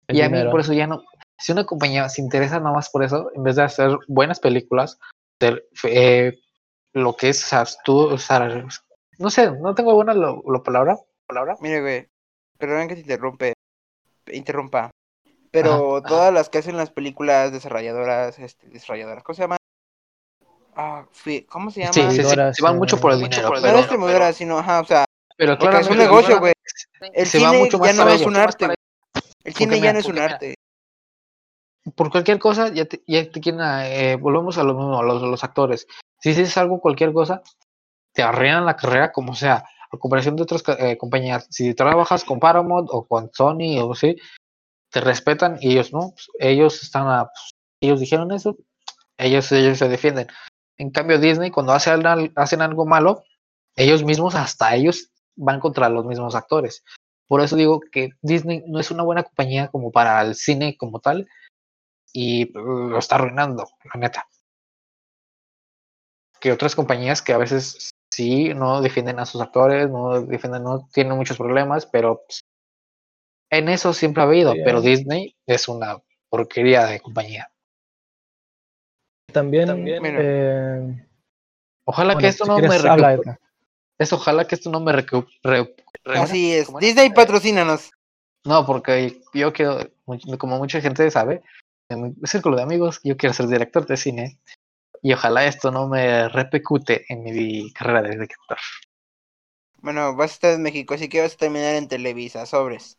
el
y a mí
dinero.
por eso ya no. Si una compañía se interesa nada más por eso, en vez de hacer buenas películas, hacer, eh, lo que es, o sea, tú, o sea, no sé, no tengo buena lo, lo palabra, palabra.
Mire, güey, perdón que te interrumpe, interrumpa. Pero
Ajá,
todas las que hacen las películas desarrolladoras, este, desarrolladoras, ¿cómo se llama? Ah, fi- ¿cómo se llama?
Sí, sí, sí,
Distribuidoras,
se van mucho por el
mucho
dinero,
por el
no
pero,
dinero.
distribuidoras, sino, ajá, o sea,
pero
porque es
claramente
un
las
negocio,
van-
güey. El
se va
cine
mucho
ya
más
no
para
es
ello,
un
más
arte,
para
güey. El cine
mira,
ya no es
porque
un
mira.
arte.
por cualquier cosa ya te, ya te quieren, a- eh, volvemos a lo mismo, a los, a los actores. Si dices algo, cualquier cosa, te arruinan la carrera como sea, a comparación de otras ca- eh, compañías. Si trabajas con Paramount o con Sony o así, te respetan y ellos no, pues, ellos están a, pues, ellos dijeron eso, ellos, ellos se defienden. En cambio, Disney, cuando hace al- hacen algo malo, ellos mismos, hasta ellos, van contra los mismos actores. Por eso digo que Disney no es una buena compañía como para el cine como tal, y lo está arruinando, la neta. Que otras compañías que a veces sí no defienden a sus actores, no defienden, no tienen muchos problemas, pero pues, en eso siempre ha habido.
Sí,
Pero
ya.
Disney es una porquería de compañía.
También,
También, mira.
eh,
Ojalá
bueno,
que esto
si
no me
quieres,
recu-
habla, Edgar.
es ojalá que esto no me recu- re- re-
Así es.
¿cómo era?
Disney patrocínanos.
no porque yo quiero much- como mucha gente sabe en mi círculo de amigos yo quiero ser director de cine y ojalá esto no me repercute en mi carrera de director.
Bueno, vas a estar en México, así que vas a terminar en Televisa, sobres.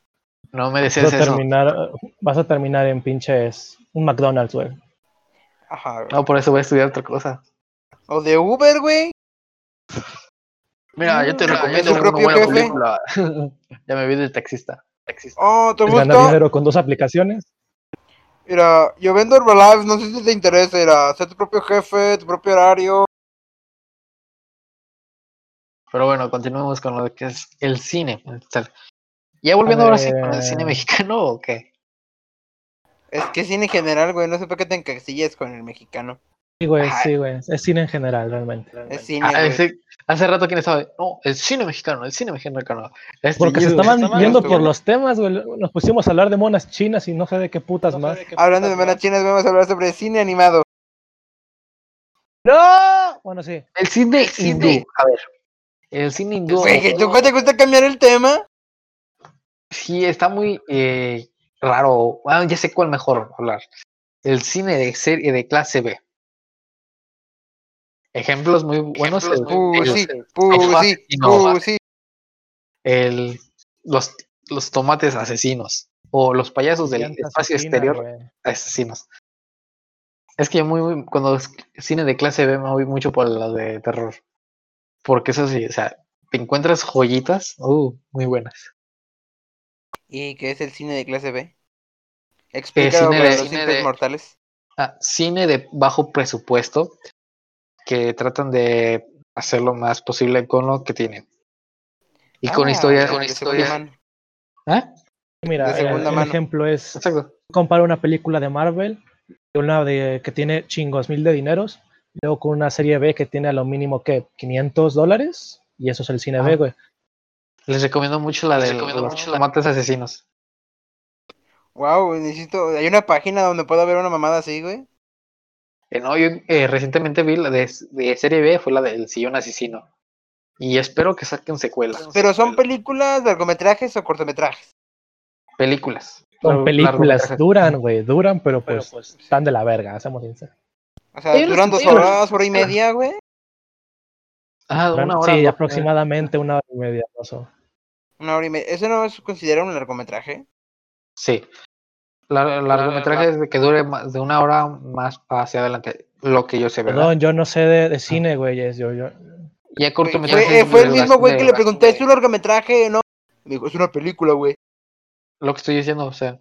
No me desees
vas, a
eso.
terminar, vas a terminar en pinches un McDonald's, güey.
Ajá. güey.
No, por eso voy a estudiar otra cosa.
O de Uber, güey.
Mira, Ah, yo te
Mira, yo tu
recomiendo una
propio
buena
jefe.
película. ya me vi de taxista. taxista.
Oh, ¿te
Ganar
gusta?
dinero con dos aplicaciones.
Mira, yo vendo Herbalife, no sé si te interesa, mira, ser tu propio jefe, tu propio horario.
Pero bueno, continuemos con lo que es el cine. Ya volviendo ahora sí con el cine
ver.
mexicano o qué?
Es que cine en general, güey, no sé por qué te encasillas con el mexicano.
Sí, güey,
Ajá.
sí, güey. Es cine en general, realmente.
Es cine,
Ah,
güey.
ese- hace rato quién estaba. No, el cine mexicano, el cine mexicano. Este,
Porque
y
se
eso-
estaban
estaban
yendo
los-
por los temas, güey. Nos pusimos a hablar de monas chinas y no sé de qué putas más.
Hablando de manas chinas, vamos a hablar sobre cine animado.
¡No! Bueno, sí.
El cine hindú.
cine-
A ver. El cine hindú.
Güey, que ¿tú cuál te gusta cambiar el tema?
Sí, está muy eh, raro. Ah, ya sé cuál mejor hablar. El cine de serie de clase B. Ejemplos muy buenos.
Ejemplos
el-
muy
el-
buenos.
el-
Pusi,
asesino,
pusi.
el- los, los tomates asesinos. O los payasos del
Gigante
espacio
asesina,
exterior.
güey.
asesinos. Es que yo muy, muy- cuando es cine de clase B me voy mucho por las de terror. Porque eso sí, o sea, te encuentras joyitas, uh, muy buenas.
¿Y qué es el cine de clase B? Explícalo
cine
para
de-
los
cine
simples
de-
mortales.
Ah, cine de bajo presupuesto que tratan de hacer lo más posible con lo que tienen. Y con
Ah,
historias,
de-
con
de segunda
historias.
mano.
¿Eh?
Mira,
de segunda
el,
mano.
ejemplo es
Exacto.
compara una película de Marvel y una de, que tiene chingos mil de dineros, y luego con una serie B que tiene a lo mínimo que 500 dólares, y eso es el cine
Ah.
B, güey.
Les recomiendo mucho la
Les
de
recomiendo
los
mucho la-
tomates asesinos.
Wow, necesito. Hay una página donde puedo ver una mamada así, güey.
Eh, no, yo eh, recientemente vi la de, de serie B, fue la del sillón asesino. Y espero que saquen secuelas.
Pero son películas, largometrajes o cortometrajes.
películas.
Son
Largo-
películas,
largometrajes.
duran, güey, duran, pero pues, están de la verga, seamos sinceros.
O sea,
Hay unos-
duran dos
hay unos-
horas, hora y media, güey.
Ah,
Duran-
una hora.
sí,
¿no?
aproximadamente una hora y media. no sé.
Una hora y media. ¿Eso no es considerado un largometraje?
Sí.
Ah,
La- largometraje es de que dure más- de una hora más hacia adelante. Lo que yo sé, ¿verdad?
Perdón, yo no sé de, de cine, güey. es- Yo, yo,
Y hay
Güey,
cortometrajes.
fue- eh, fue el
de
mismo güey
duración
que
de-
le pregunté, ¿es un largometraje o no? Me dijo, es una película, güey.
Lo que estoy diciendo, o sea.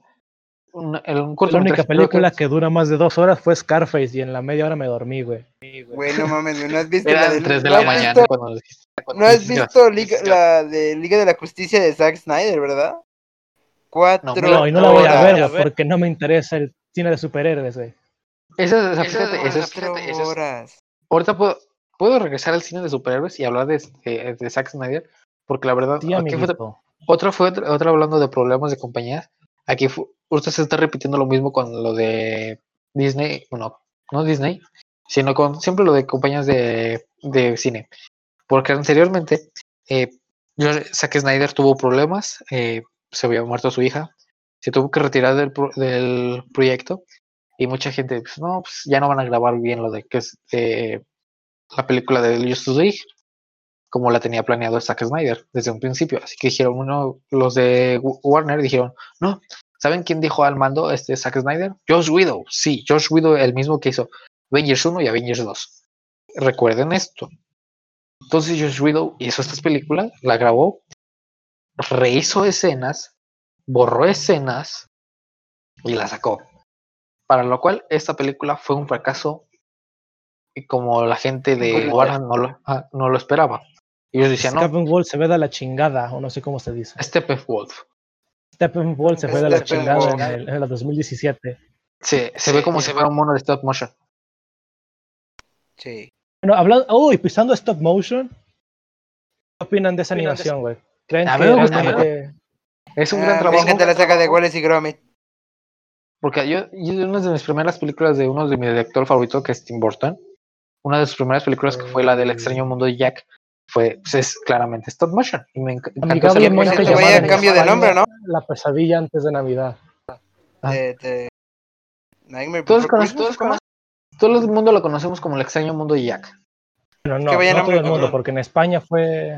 Un, el- un
la
cortometraje.
única
creo que-
película que dura más de dos horas fue Scarface y en la media hora me dormí, güey.
Güey, no mames, güey, ¿no has visto
Era
la
de 3 de
no
la
has
mañana
visto-
cuando lo dijiste.
No has
Dios,
visto Liga- la de Liga de la Justicia de Zack Snyder, ¿verdad? Cuatro
No,
No, y no la voy a
horas.
ver, güey, porque no me interesa el cine de superhéroes, güey.
Esa, esa-
Esa-
fíjate, esa es-
fíjate, esa es-
Cuatro horas.
ahorita puedo, puedo regresar al cine de superhéroes y hablar de, de, de Zack Snyder. Porque la verdad,
Sí,
aquí fue-
amiguito.
Otra fue otra, otra hablando de problemas de compañías. Aquí fu- usted se está repitiendo lo mismo con lo de Disney, no, no Disney, sino con siempre lo de compañías de, de cine. Porque anteriormente, eh, yo- Zack Snyder tuvo problemas, eh, se había muerto su hija, se tuvo que retirar del, pro- del proyecto y mucha gente, pues no, pues ya no van a grabar bien lo de que es eh, la película de Justice League como la tenía planeado Zack Snyder desde un principio. Así que dijeron, uno, los de Wa- Warner dijeron, no, ¿saben quién dijo al mando este Zack Snyder? Josh Widow, sí, Josh Widow, el mismo que hizo Avengers 1 y Avengers 2. Recuerden esto. Entonces Josh Widow hizo estas películas, la grabó, rehizo escenas, borró escenas y la sacó. Para lo cual esta película fue un fracaso y como la gente de
Incompleto.
Warner no lo, ah, no lo esperaba. Y ellos decían, no,
Steppenwolf se ve de la chingada, o no sé cómo se dice.
Steppenwolf.
Steppenwolf se ve de la chingada
Steppenwolf.
en el, en el 2017.
Sí, se ve como si fuera un mono de stop motion.
Sí.
Bueno, hablando, uy, pisando stop motion, ¿qué opinan de esa
Opinan de
animación, güey? ¿Creen
A
que
mí me gusta,
realmente-
Es un
Ah,
gran
Me encanta
trabajo.
la saga de Wallace y Gromit.
Porque yo, yo, una de mis primeras películas de uno de mi director favorito, que es Tim Burton, una de sus primeras películas que fue la del extraño mundo de Jack, fue, pues, es claramente stop motion. Y me enc- encantó esa
Amigablemente por
película.
cierto, vaya
llamada en
cambio de
España
nombre, ¿no?
La pesadilla antes de Navidad.
Ah.
De- de- Nightmare
Todos,
Before
conoce-
Christmas,
todos conoce- todo el mundo lo conocemos como el extraño mundo de Jack.
Bueno,
Que
no,
vaya
no
nombre
todo el
cabrón.
mundo, porque en España fue...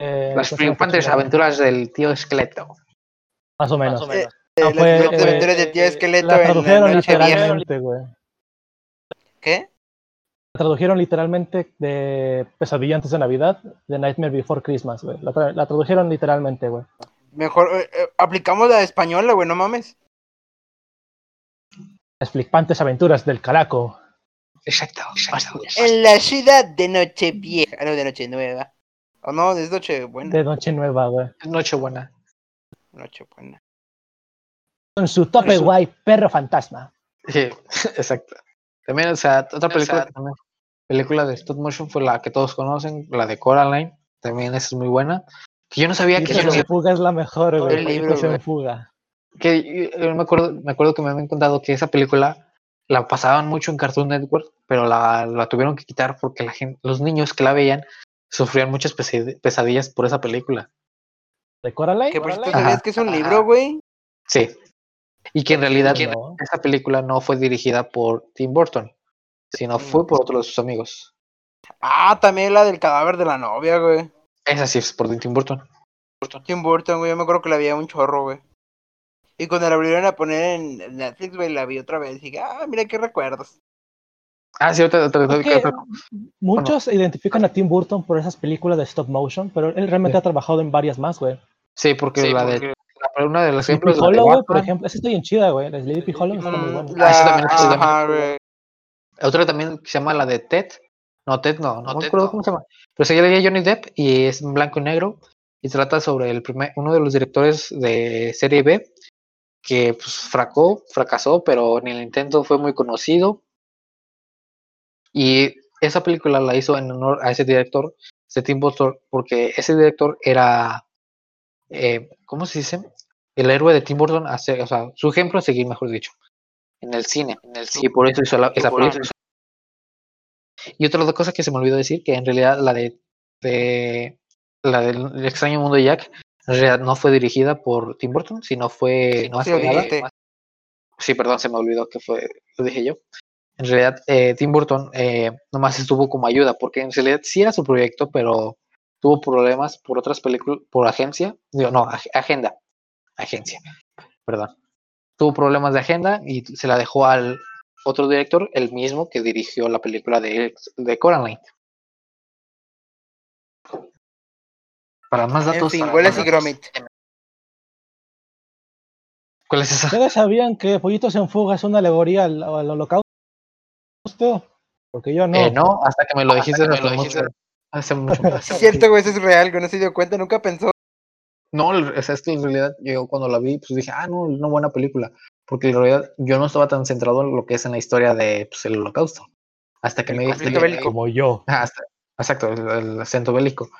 eh,
Las
pues,
Pink
una
Panthers,
chingada,
aventuras del tío esqueleto.
Más o menos.
Más o menos.
eh,
no
las
fue,
diferentes
eh,
aventuras del tío
eh,
esqueleto
La
en la
tradujeron
noche vieja.
literalmente, güey.
¿Qué?
La tradujeron literalmente de Pesadilla antes de Navidad, de Nightmare Before Christmas, güey. La, tra- la tradujeron literalmente, güey.
Mejor eh, eh, aplicamos la española, güey, no mames.
Las flipantes aventuras del calaco.
Exacto. exacto.
En la ciudad de Nochevieja. Ah, no, de Noche Nueva. O Ah, no, es Noche Buena.
De Noche Nueva, güey.
Nochebuena.
Noche Buena.
Con su tope
Eso.
guay, perro fantasma.
Sí, exacto. También, o sea, otra película, que también- película de stop motion fue la que todos conocen, la de Coraline. También esa es muy buena. Que yo no sabía que,
Libros en fuga es la mejor, güey.
el libro,
Libros en
güey.
fuga.
que eh, yo- yo me acuerdo, me acuerdo que me habían contado que esa película la pasaban mucho en Cartoon Network, pero la, la tuvieron que quitar porque la gente, los niños que la veían sufrían muchas pesad- pesadillas por esa película.
¿De Coraline?
Que por cierto,
Ajá.
¿sabías que es un libro, güey?
Sí. Y que en realidad
No.
esa película no fue dirigida por Tim Burton, sino
Tim
fue por otro de sus amigos.
Ah, también la del cadáver de la novia, güey.
Esa sí es por Tim Burton.
Tim Burton, güey, yo me acuerdo que la había un chorro, güey. Y cuando la volvieron a poner en Netflix, güey, la vi otra vez y dije, ah, mira qué recuerdos.
Ah, sí, otra, otra, otra-
que
otra-
Muchos identifican a Tim Burton por esas películas de stop motion, pero él realmente
Sí.
ha trabajado en varias más, güey.
Sí, porque
Sí,
la de
porque-
la- una de los
Sleepy
ejemplos la de
Hollow, güey, por
Batman.
ejemplo. Esa está bien chida, güey. La Sleepy Hollow está muy
Mm,
buena.
Ah,
la-
esa también- esa también.
ajá, güey.
Otra también que se llama la de Ted. No, Ted no, no,
No,
me
Ted
acuerdo
no.
cómo se llama. Pero se llama Johnny Depp y es en blanco y negro. Y trata sobre el primer, uno de los directores de serie B que pues, fracó, fracasó, pero en el intento fue muy conocido. Y esa película la hizo en honor a ese director, ese Tim Burton, porque ese director era, eh, ¿cómo se dice? El héroe de Tim Burton, hace- o sea, su ejemplo a seguir, mejor dicho, en el cine.
En el
Y por eso hizo la- esa
por eso
película. Y otra cosa que se me olvidó decir, que en realidad la de, de- la del El extraño mundo de Jack en realidad no fue dirigida por Tim Burton, sino fue más
sí, lo
que nada-
dijiste.
sí, perdón, se me olvidó que fue, lo dije yo. En realidad, eh, Tim Burton eh, nomás estuvo como ayuda, porque en realidad sí era su proyecto, pero tuvo problemas por otras películas, por agencia, digo, no, ag- agenda, agencia, perdón. Tuvo problemas de agenda y se la dejó al otro director, el mismo que dirigió la película de, de Coraline. Para más
En
datos.
fin,
para
hueles
más
y
datos,
gromit.
¿Cuál es esa?
¿Ustedes sabían que Pollitos en Fuga es una alegoría al, al holocausto? Porque yo no.
Eh, no, hasta que me lo dijiste,
que me
hace
lo dijiste.
mucho- hace mucho.
Sí, es cierto, güey, eso es real, güey, no se dio cuenta, nunca pensó.
No, el- o sea, es que en realidad yo cuando la vi, pues dije, ah, no, una buena película. Porque en realidad yo no estaba tan centrado en lo que es en la historia de pues, el holocausto. Hasta que
El
me dije.
conflicto bélico.
Como yo.
Hasta, exacto, el, el acento bélico.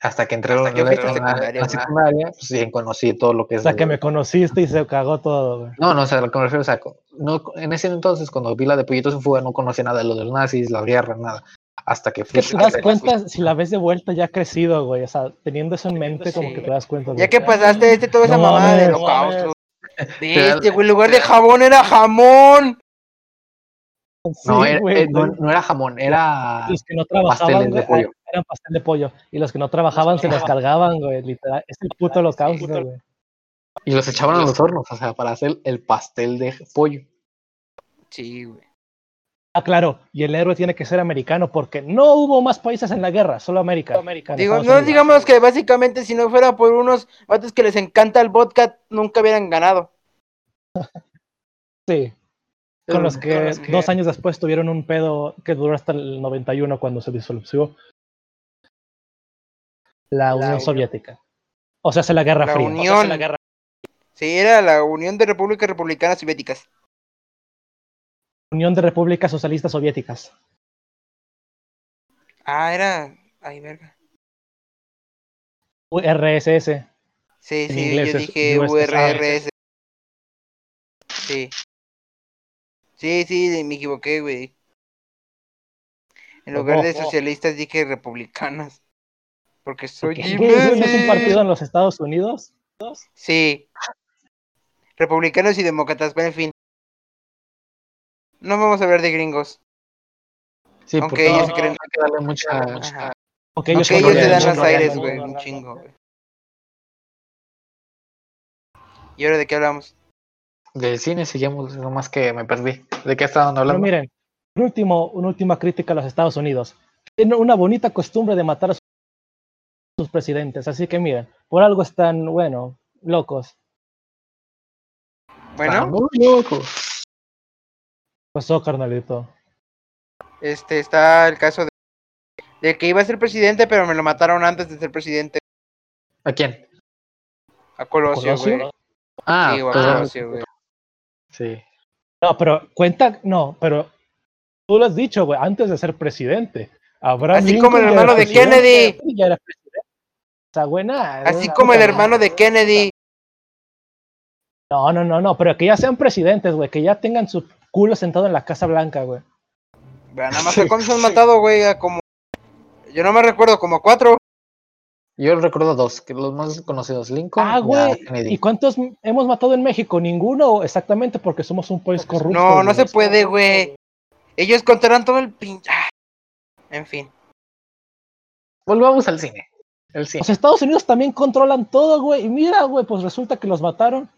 Hasta que entré
Hasta
a
que
la,
fuiste
a la- a
secundaria,
la
¿no?
secundaria, pues bien conocí todo lo que es.
O sea, que
el-
me conociste y se cagó todo, güey.
No, no, o sea, lo que me refiero, o sea, co- no, en ese entonces, cuando vi la de Pollitos en Fuga, no conocía nada de lo de los nazis, la guerra, nada. Hasta que fui.
Que te das cuenta si la ves de vuelta ya ha crecido, güey. O sea, teniendo eso en mente, como que te das cuenta.
Ya
güey.
que pasaste este, toda esa
No
mamada de
mames.
holocausto.
da-
Este, güey, en lugar de jabón era jamón.
Sí,
No, era-
güey,
eh, no, no era jamón, era
Los que no
pasteles
trabajaban,
de
güey,
pollo.
eran pastel de pollo. Y los que no trabajaban se los cargaban, güey. Literal. Es el puto holocausto, güey.
Y los echaban a los hornos, o sea, para hacer el pastel de pollo.
Sí, güey.
Ah, claro. Y el héroe tiene que ser americano porque no hubo más países en la guerra, solo América. Con
Digo,
Estados
no
Unidos.
digamos que básicamente si no fuera por unos vatos que les encanta el vodka, nunca hubieran ganado.
Sí. Con los, que
Eh, con los que-
dos años después tuvieron un pedo que duró hasta el 91 cuando se disolvió la Unión
Unión.
Soviética. O sea, hace la Guerra
La
Fría.
Unión. Sí, era la Unión de Repúblicas Republicanas Soviéticas.
Unión de Repúblicas Socialistas Soviéticas.
Ah, era... Ay, verga.
URSS.
Sí,
En
sí,
inglés
yo
es
dije
US
URRS. Sí. Sí, sí, me equivoqué, güey. En lugar de
Ojo.
socialistas dije republicanas. Porque soy
¿Qué, güey, ¿No es un
imbécil.
partido en los Estados Unidos?
Sí. Republicanos y demócratas, pero en fin. No vamos a hablar de gringos.
Sí,
Aunque
porque
ellos
no,
creen-
hay que darle mucha.
Ajá. Aunque
Porque ellos,
ellos
controlan
se
el
dan
mundo,
los
controlan
aires,
el
güey,
mundo,
un chingo, güey. ¿Y ahora de qué hablamos?
Del cine seguimos, nomás que me perdí. ¿De qué estaban
Pero
hablando?
miren, un último, una última crítica a los Estados Unidos. Tienen una bonita costumbre de matar a sus- sus presidentes. Así que miren, por algo están, bueno, locos.
Estaban
Bueno,
muy loco.
Pasó, Pues, oh, carnalito.
este está el caso de del que iba a ser presidente, pero me lo mataron antes de ser presidente.
¿A quién?
A Colosio,
¿Colosio?
Pues güey.
Ah,
Sí, güey, a
perdón.
Colosio, güey.
Sí.
No, pero cuenta, no, pero tú lo has dicho, güey, antes de ser presidente. Abraham
Así como el
Lincoln ya
hermano
era
de
presidente,
Kennedy.
y Ya era presidente. eh, O sea, güey, nada, es
Así
una
como el
puta
hermano de Kennedy.
madre. No, no, no, no, pero que ya sean presidentes, güey, que ya tengan su culo sentado en la Casa Blanca, güey.
Vean, nada más a cuántos han matado, güey, a como... Yo no me recuerdo, como a cuatro.
Yo recuerdo dos, que los más conocidos, Lincoln
Ah,
y a
güey.
Kennedy.
¿Y cuántos m- hemos matado en México? Ninguno, exactamente, porque somos un país corrupto.
No, no
güey.
se puede, güey. Ellos contarán todo el pin... Ah. En fin.
Volvamos al cine. El cine.
Los Estados Unidos también controlan todo, güey. Y mira, güey, pues resulta que los mataron.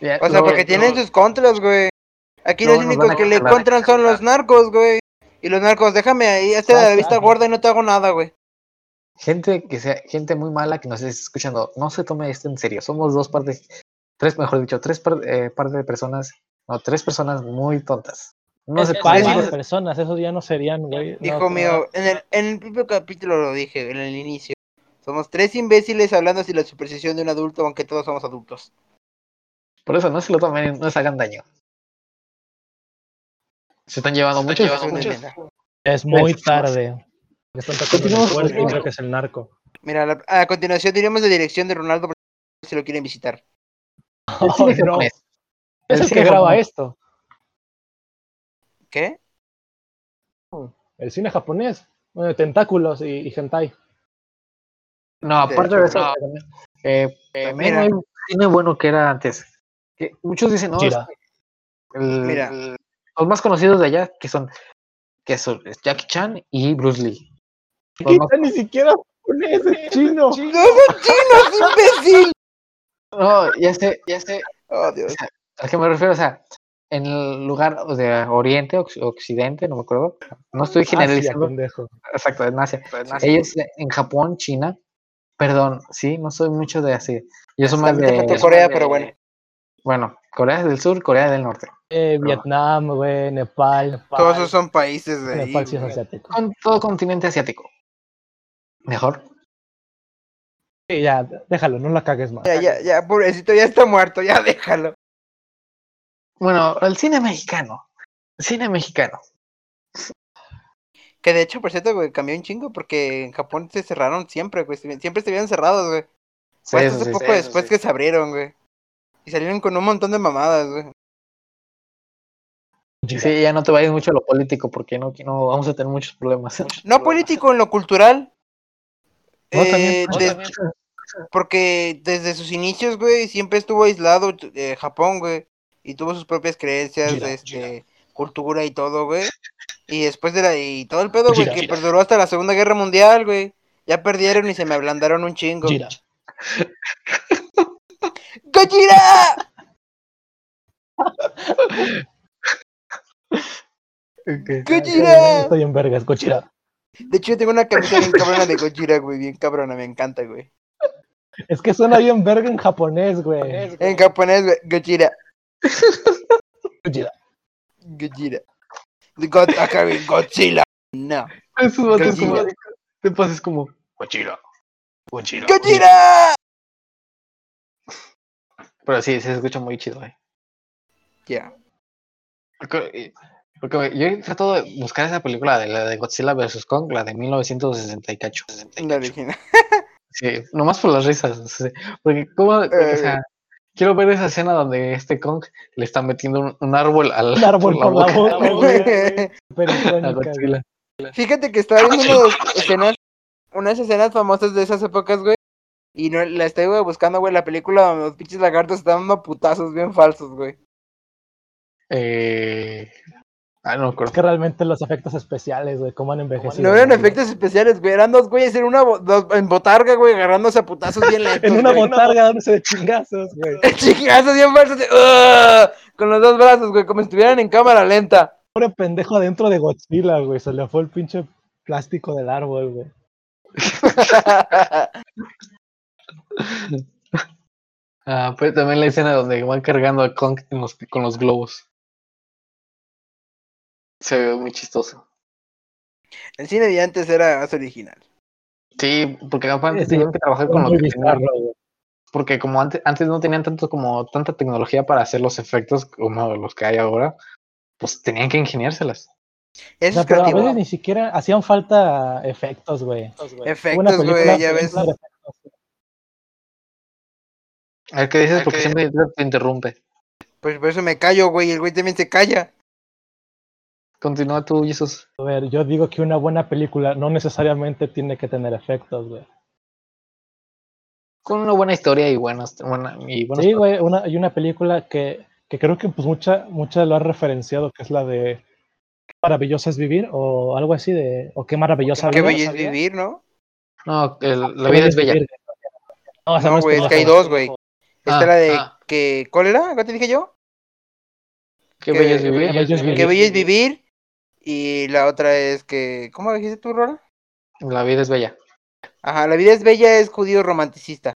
Ya,
O sea,
luego-
porque tienen
luego-
sus contras, güey. Aquí
luego
los
nos
únicos
van a
que le
cancelar.
contran son los narcos, güey. Y los narcos, déjame ahí, hazte la
Exacto.
vista gorda y no te hago nada, güey.
gente que sea gente muy mala que nos esté escuchando, no se tome esto en serio. Somos dos partes, tres, mejor dicho, tres par, eh, par de personas, no, tres personas muy tontas. No
Es
se
que
tomen
sí,
hay
esto-
más personas, esos ya no serían, güey. no,
Hijo
no.
mío, en el, en el propio capítulo lo dije, en el inicio. Somos tres imbéciles hablando sin la superstición de un adulto, aunque todos somos adultos.
Por eso no se lo tomen, no se hagan daño. Se están llevando muchos.
llevando
muchos-
Es muy
Pues,
tarde. Están tocando
Continuamos,
el puerto,
continuamos.
creo que es el narco.
Mira, a la- a continuación diremos la dirección de Ronaldo por si lo quieren visitar.
El cine
Oh, no.
japonés.
Es el
cine
que graba
japonés.
esto.
¿Qué?
El cine japonés. Bueno, tentáculos y, y hentai.
No,
De
aparte
hecho,
de eso,
no.
también, eh, también
mira.
hay un cine bueno que era antes. Que muchos dicen, no, es
Chira.
que el-
Mira.
los más conocidos de allá que son, que son Jackie Chan y Bruce Lee. Los más-
ni siquiera japonés, es Pues chino.
¡No son chinos, imbécil!
No, ya sé, ya sé
Oh, Dios.
a qué me refiero. O sea, en el lugar o de Oriente, Ox- Occidente, no me acuerdo. No estoy
Asia,
generalizando.
Ah, pendejo.
Exacto, en Asia. Ellos eh, en Japón, China. Perdón, sí, no soy mucho de así. Yo soy más
También te faltó
de.
Corea, pero bueno.
Bueno, Corea del Sur, Corea del Norte.
Eh, Vietnam, güey, Nepal. Nepal,
Todos esos son países de ahí.
Nepal sí es
güey.
asiático.
Con todo continente asiático. Mejor.
Sí, ya, déjalo, no la cagues más.
Ya, ya, ya, pobrecito, ya está muerto, ya déjalo.
Bueno, el cine mexicano. Cine mexicano.
Que de hecho, por cierto, güey, cambió un chingo porque en Japón se cerraron siempre, güey. estuvi- Siempre estuvieron cerrados, güey. Fue hasta
Sí,
hace
sí, sí.
poco después que se abrieron, güey. Y salieron con un montón de mamadas, güey.
Sí, ya no te vayas mucho a lo político porque no, no vamos a tener muchos problemas.
No político en lo cultural.
No, también,
eh,
no,
de-
también.
Porque desde sus inicios, güey, siempre estuvo aislado tu- eh, Japón, güey. Y tuvo sus propias creencias,
Gira,
este, cultura y todo, güey. Y después de la... Y todo el pedo, güey,
Gira,
que
gira.
perduró hasta la Segunda Guerra Mundial, güey. Ya perdieron y se me ablandaron un chingo.
Gira.
¡Gojira!
Ay,
¡Gojira!
Estoy en vergas, Cochira.
De hecho, yo tengo una camiseta bien cabrona de Gojira, güey. Bien cabrona, me encanta, güey.
Es que suena bien verga en japonés, güey.
En japonés, güey. Gojira.
Gojira.
Gojira. God, acá, güey, Godzilla. No.
Esos
vatos
vatos
como-
como.
Godzilla.
Te pasas como. Guachira. Guachira.
¡Gojira!
Pero sí, se escucha muy chido, eh.
Ya.
Porque, eh, porque me- yo he tratado de buscar esa película de la de Godzilla vs. Kong, la de 1960 y cacho.
La original.
Sí, nomás por las risas. o sea, Porque, ¿cómo? o
Eh.
sea, quiero ver esa escena donde este Kong le está metiendo un, un árbol al
Un árbol
por
por la boca, güey. Pero
a
icónica, güey.
Godzilla.
Fíjate que estaba viendo unas escenas, unas escenas famosas de esas épocas, güey. Y no, la estoy güey, buscando, güey, la película donde los pinches lagartos están dando putazos bien falsos, güey.
Eh, ah, no me acuerdo.
Es que realmente los efectos especiales, güey, cómo han envejecido.
no eran
güey.
efectos especiales, güey. Eran dos güeyes en una bo- dos- en botarga, güey, agarrándose a putazos bien lentos.
En una
güey.
botarga dándose de chingazos, güey.
Chingazos bien falsos. de, "Ugh", con los dos brazos, güey, como si estuvieran en cámara lenta.
Pobre pendejo adentro de Godzilla, güey. Se le fue el pinche plástico del árbol, güey.
Ah, pero también la escena donde van cargando a Kong en los- con los globos. Se ve muy chistoso.
El cine de antes era más original.
Sí, porque aparte
Sí,
tenían que trabajar con lo
Muy
que tenían,
bizarro, güey.
porque como antes, antes no tenían tanto como tanta tecnología para hacer los efectos como los que hay ahora, pues tenían que ingeniárselas.
O
Eso
sea,
es
pero a veces
creativo.
ni siquiera hacían falta efectos, güey.
Efectos, güey, ya ves.
película de efectos.
A ver qué dices porque siempre te- te interrumpe.
Pues por eso me callo, güey. El güey también se calla.
Continúa tú, Jesús.
A ver, yo digo que una buena película no necesariamente tiene que tener efectos, güey.
Con una buena historia y buenas, buena, y buenos
Sí, güey, una, hay una película que, que creo que pues mucha, mucha lo ha referenciado, que es la de Qué maravilloso es vivir o algo así de o qué maravillosa
Qué
vida.
bello es vivir, ¿no?
Ah,
No, el- la vida es bella.
No, esa
No,
no es
güey, es que hay
película.
dos, güey.
Ah,
Está la de
ah,
que ¿cuál era? ¿Cuál te dije yo?
Qué
que-
bello es vivir.
bello es
Que bello es vivir y la otra es que ¿cómo dijiste tú, Rora?
La vida es bella.
Ajá, la vida es bella es judío romanticista.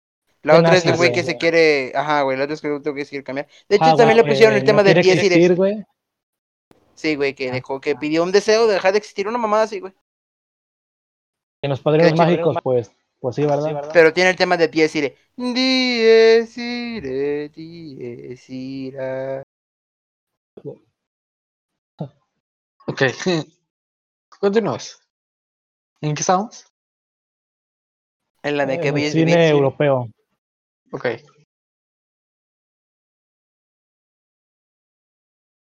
La
Qué
otra es el
nazis,
güey
güey.
que se quiere, ajá, güey, la otra es que el otro que se quiere cambiar. De hecho
Ah,
también
va,
le pusieron
eh,
el tema
no
del
quiere
10 y
existir, Ah. güey.
Sí, güey, que dejó, que pidió un deseo de dejar de existir una mamada así, güey.
En los
Que
padrinos
de hecho,
mágicos, pues, pues sí, ¿verdad?
Pero tiene el tema de Piesire. Diesire, diesira.
Ok. Continuamos. ¿En qué estamos?
En la de que
En el
bello es
cine
vivir. sí.
europeo.
Ok.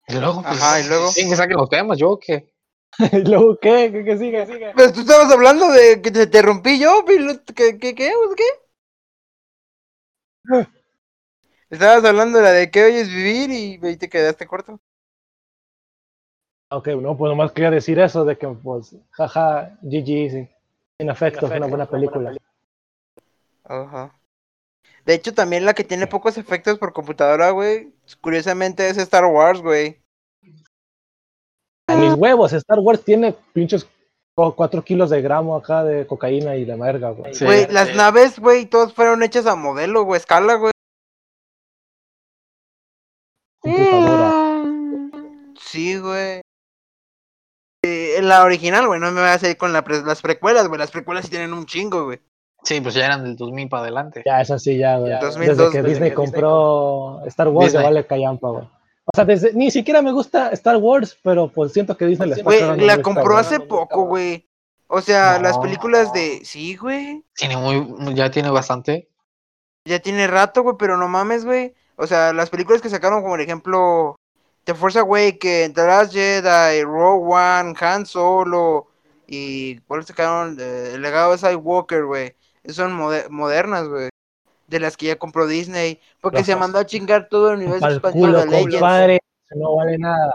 Y luego, pues,
Ajá, y luego.
¿quieren que saquen los temas, yo o qué.
¿Y luego qué? ¿Qué, qué sigue? sigue?
Pues tú estabas hablando de que te interrumpí yo, pilo- ¿qué, qué, qué, pues,
Ah.
qué? Estabas hablando de la de que bello es vivir y ahí te quedaste corto.
Ok, no, pues nomás quería decir eso, de que, pues, jaja, GG, sin, sin afecto, es una buena película.
Ajá. De hecho, también la que tiene pocos efectos por computadora, güey. Curiosamente es Star Wars, güey.
A mis huevos, Star Wars tiene pinches 4 kilos de gramo acá de cocaína y de verga, güey.
Sí.
Güey, las naves, güey, todas fueron hechas a modelo, güey, escala, güey.
Computadora.
Sí, güey. Eh, en la original, güey, no me vas a ir con la pre- las precuelas, güey. Las precuelas sí tienen un chingo, güey.
Sí, pues ya eran del 2000 para adelante.
Ya, es así, ya, güey.
Ya,
desde
2002,
que
desde
Disney
que
compró Star Wars,
Disney.
ya vale callampa, güey. O sea, desde, ni siquiera me gusta Star Wars, pero pues siento que Disney le está
Güey,
clavando
la
esta,
compró
güey.
hace poco, güey. O sea, las
No.
películas de. Sí, güey.
Tiene muy, ya tiene bastante.
Este, Ya tiene rato, güey, pero no mames, güey. O sea, las películas que sacaron, como por ejemplo, The Force Awakens, The Last Jedi, Rogue One, Han Solo, y ¿cuál sacaron? Eh, El legado de Skywalker, güey. Esas Son mode- modernas, güey. De las que ya compró Disney. Porque se
Ajá.
mandó a chingar todo el universo
Pa'l
expandido
culo,
de Legends.
compadre, no vale nada.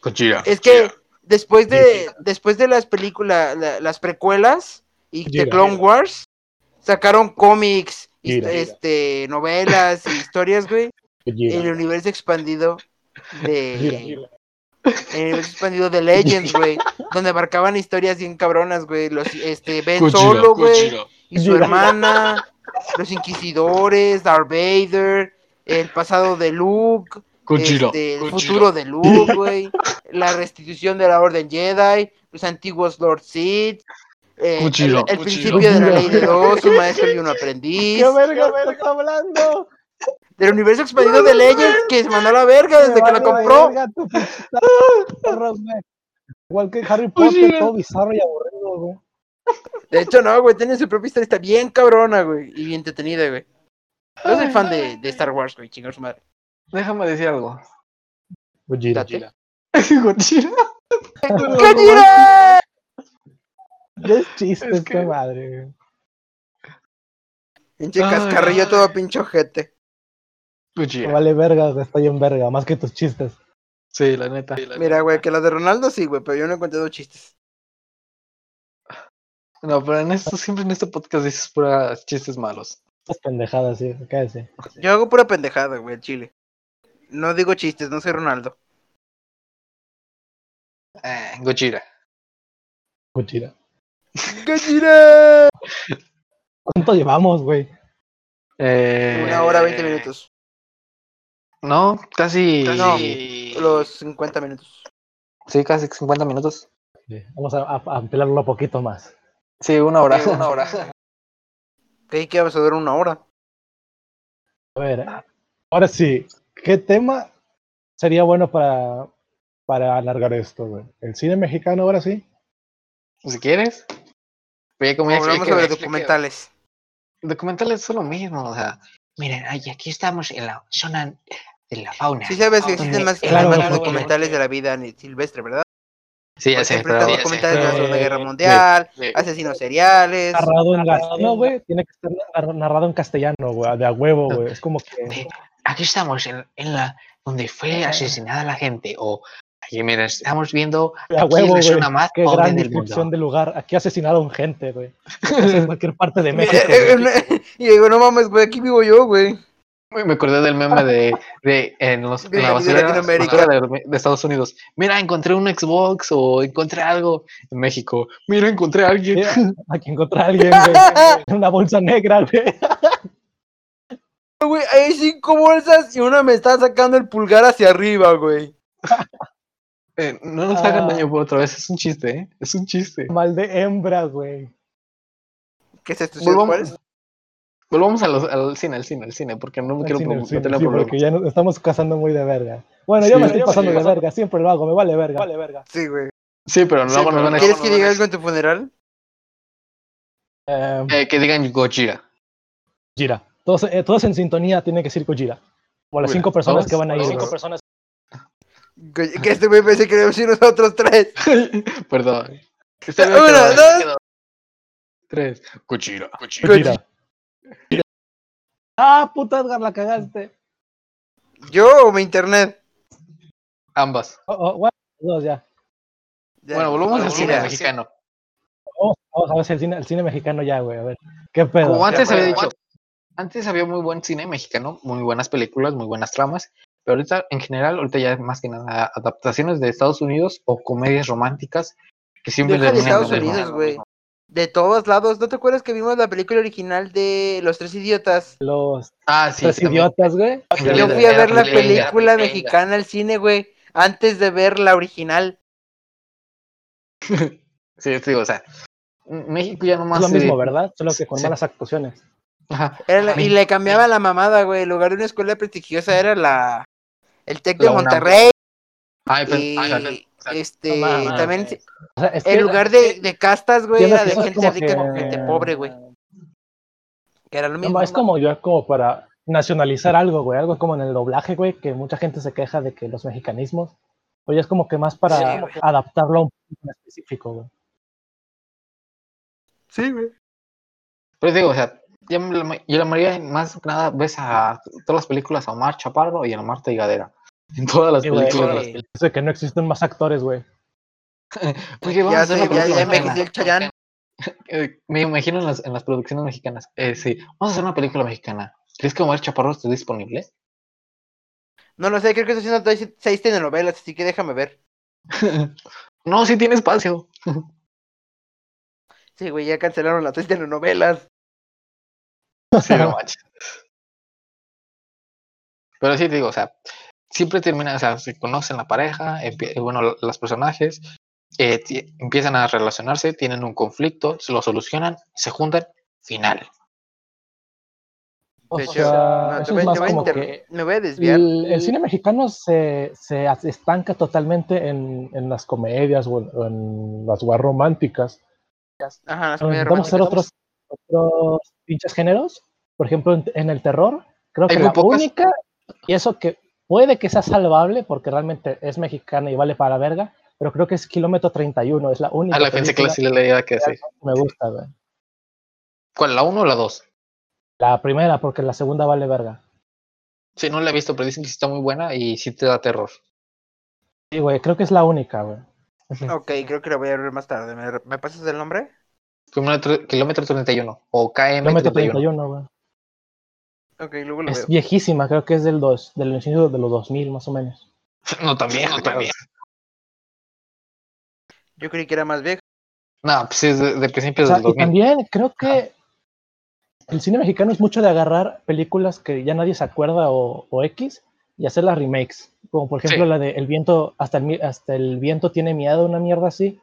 Cochira.
Es que después de, después de las películas, la- las precuelas y de
Gira.
Clone Wars, sacaron cómics, hist-
Gira.
este, novelas, y historias, güey. El universo expandido de. El universo expandido de Legends, güey. donde abarcaban historias bien cabronas, güey. Los este Ben Solo, güey. Y su
Gojira.
hermana. Los Inquisidores, Darth Vader, el pasado de Luke, este, el futuro de Luke, güey, la restitución de la Orden Jedi, los antiguos Lord Sith, eh,
Kuchiro,
el, el
Kuchiro.
principio de la ley de dos, un maestro y un aprendiz,
¿Qué verga me está hablando?
del universo expandido de Legends que se mandó a la verga desde que
Me
la
vale
compró.
verga tu pinche perro, güey. Igual que Harry Potter, todo bizarro y aburrido, güey.
De hecho, no, güey, tiene su propia historia, está bien cabrona, güey, y bien entretenida, güey. Yo soy fan de, de Star Wars, güey, chingar su madre.
Déjame decir algo.
Gojira.
Date.
Cochira.
¡Kojira!
Ya es chiste
Es
esta
que-
madre, güey.
Pinche
Ay,
cascarrillo
no.
todo pinche ojete.
Me
Cochira.
Vale verga, güey, estoy en verga, más que tus chistes.
Sí, la neta.
Mira, güey, que la de Ronaldo sí, güey, pero yo no encontré dos chistes.
No, pero en esto, siempre en este podcast dices puras chistes malos.
Estas pendejadas, sí, cállese.
Yo hago pura pendejada, güey, al chile. No digo chistes, no soy Ronaldo.
Eh, Cochira.
Gojira.
¡Gallina!
¿Cuánto llevamos, güey?
Eh,
Una hora, 20 minutos.
No, casi.
No. Los 50 minutos.
Sí, casi 50 minutos.
Sí, Vamos a, a, a ampliarlo un poquito más.
Sí, una hora.
Sí, una hora. Creí que ibas a durar una hora.
A ver, eh, ahora sí, ¿qué tema sería bueno para, para alargar esto, güey? ¿El cine mexicano ahora sí?
si quieres. Pero ya como ya
Hablamos
expliqué-
sobre
expliqué-
documentales.
Documentales son lo mismo, o sea. Miren, ay, aquí estamos en la zona de la fauna.
Sí sabes que
Donde
existen más,
el
Claro,
más
claro,
documentales de la vida ni- silvestre, ¿verdad?
Sí, ya
Por
sé,
ejemplo,
pero.
están documentales de la
pero-
Segunda Guerra
Sí.
Mundial,
Sí.
asesinos seriales.
Narrado en gas. No, güey, tiene que estar nar- narrado en castellano, güey, de a huevo, güey. Es como que...
Ve, Aquí estamos en, en la donde fue asesinada la gente. O aquí, mira, estamos viendo
A
aquí
huevo,
la
güey.
zona más
Qué
pobre
gran
del
descripción
mundo.
de lugar. Aquí asesinaron gente, güey. Eso es En cualquier parte de México.
y digo, no mames, güey, aquí vivo yo, güey.
Me acordé del meme de, de en los,
De
en la
la- de
basura,
Latinoamérica.
basura de, de Estados Unidos. Mira, encontré un Xbox o encontré algo en México. Mira, encontré a alguien.
Mira, aquí encontré a alguien, güey. en Una bolsa negra, güey.
Güey, hay cinco bolsas y una me está sacando el pulgar hacia arriba, güey.
Eh, no nos hagan
Ah.
daño por otra vez. Es un chiste, ¿eh? Es un chiste.
Mal de hembra, güey.
¿Qué es esto? señor Juárez?
Volvamos, volvamos a los- al cine, al cine, al cine, porque no me
Al
quiero
cine,
pro-
al cine,
meter en
sí,
problemas.
porque ya nos estamos casando muy de verga. Bueno,
Sí,
yo me
yo
estoy
me
pasando
estoy
de verga, siempre lo hago, me vale verga. Vale verga.
Sí, güey.
Sí, pero luego nos van a
¿Quieres que diga algo en tu funeral?
Eh,
Eh, que digan Gojira.
Gira. Todos, eh, todos en sintonía tienen que decir Gojira. O
Bueno,
las cinco personas
todos,
que van a ir.
todos.
Cinco personas.
Que que este güey pensé que íbamos a ir nosotros tres.
Perdón.
Uno, dos.
tres. Gojira. Gojira.
Gojira. Ah, puta Edgar, la cagaste.
¿Yo o mi internet?
Ambas.
Oh, oh, bueno, dos ya.
Ya.
Bueno, volvamos al cine
Mira,
mexicano.
Vamos, vamos a ver si el cine, el cine mexicano ya, güey. A ver. ¿Qué pedo?
Como antes
Ya,
había
bueno.
dicho, antes había muy buen cine mexicano, muy buenas películas, muy buenas tramas, pero ahorita en general, ahorita ya es más que nada adaptaciones de Estados Unidos o comedias románticas que siempre
Deja de
terminan lo
Estados
mismo.
Unidos, güey. De todos lados. ¿No te acuerdas que vimos la película original de Los Tres Idiotas?
Los
Ah, sí.
tres
también.
idiotas, güey.
Dale,
Yo
dale,
fui a
dale,
ver la
dale, dale,
película
dale.
mexicana al cine, güey, antes de ver la original.
Sí, sí, o sea, M- México ya nomás
Es lo
se-
mismo, ¿verdad? Solo que con
sí.
malas actuaciones.
Ajá,
Era la- y
Ay.
le cambiaba la mamada, güey. En lugar de una escuela prestigiosa era la... El Tec de
La UNAM.
Monterrey.
ay, pero-
Y,
ay, pero-
este,
Ah, No mames.
también...
O sea, es que-
En lugar de, de castas, güey,
Entiendo
era
que
de
eso es
gente
como
rica con
que-
gente pobre, güey. Que era lo
No,
mismo.
es como yo, como para nacionalizar algo, güey. Algo como en el doblaje, güey, que mucha gente se queja de que los mexicanismos. Oye, es como que más para
Sí, güey.
adaptarlo a un público en específico, güey.
Sí, güey.
Pero digo, o sea, ya me- la ma- y la mayoría, más que nada, ves a todas las películas a Omar Chaparro y a Marta Higadera. En todas las
Sí, güey.
películas.
Sí.
las pel-
Eso de que no existen más actores, güey.
Oye, Pues, vamos a hacer
sé,
una
ya- ya
película mexicana.
envejeció el Chayán.
Eh, Me imagino en las, en las producciones mexicanas. Eh, sí, vamos a hacer una película mexicana. ¿Crees que Omar Chaparro esté disponible?
No lo sé, creo que está haciendo seis- seis telenovelas, así que déjame ver.
no, sí tiene espacio.
Sí, güey, ya cancelaron las seis telenovelas.
Sí, no manches. Pero sí te digo, o sea, siempre termina, o sea, se conocen la pareja, empie- eh, bueno, lo- los personajes, eh, ti- empiezan a relacionarse, tienen un conflicto, se lo solucionan, se juntan, final.
O
De hecho,
sea,
no, te
eso
voy-
es
te
más
voy a
como
inter-
que
Me voy a desviar.
El, el cine mexicano se, se as- estanca totalmente en, en las comedias o en, o en las guas románticas.
Ajá, las comedias
Eh, Vamos a hacer
románticas.
otros, otros pinches géneros. Por ejemplo, en, en el terror, creo
Hay
que
muy
la
pocas.
única, y eso que puede que sea salvable porque realmente es mexicana y vale para verga, pero creo que es Kilómetro 31, es la única.
A la pensé que la
película
sí le leía que sí.
que me gusta, güey.
¿Cuál, la uno o la dos?
La primera, porque la segunda vale verga.
Sí, no la he visto, pero dicen que sí está muy buena y sí te da terror.
Sí, güey, creo que es la única, güey.
Ok, creo que la voy a ver más tarde. ¿Me, me pasas el nombre?
Kilómetro, kilómetro 31 o KM
Kilómetro
31.
31, güey.
Ok, luego lo
Es
veo.
viejísima, creo que es del 2, del inicio de los 2000 más o menos.
No, también,
Ah,
también.
Yo creí que era más viejo.
No, pues es de, de
O
principios
sea,
del
y
2000.
también creo que el cine mexicano es mucho de agarrar películas que ya nadie se acuerda o, o X y hacer las remakes. Como por ejemplo
Sí.
la de El viento, hasta el, mi- hasta el viento tiene miedo, una mierda así.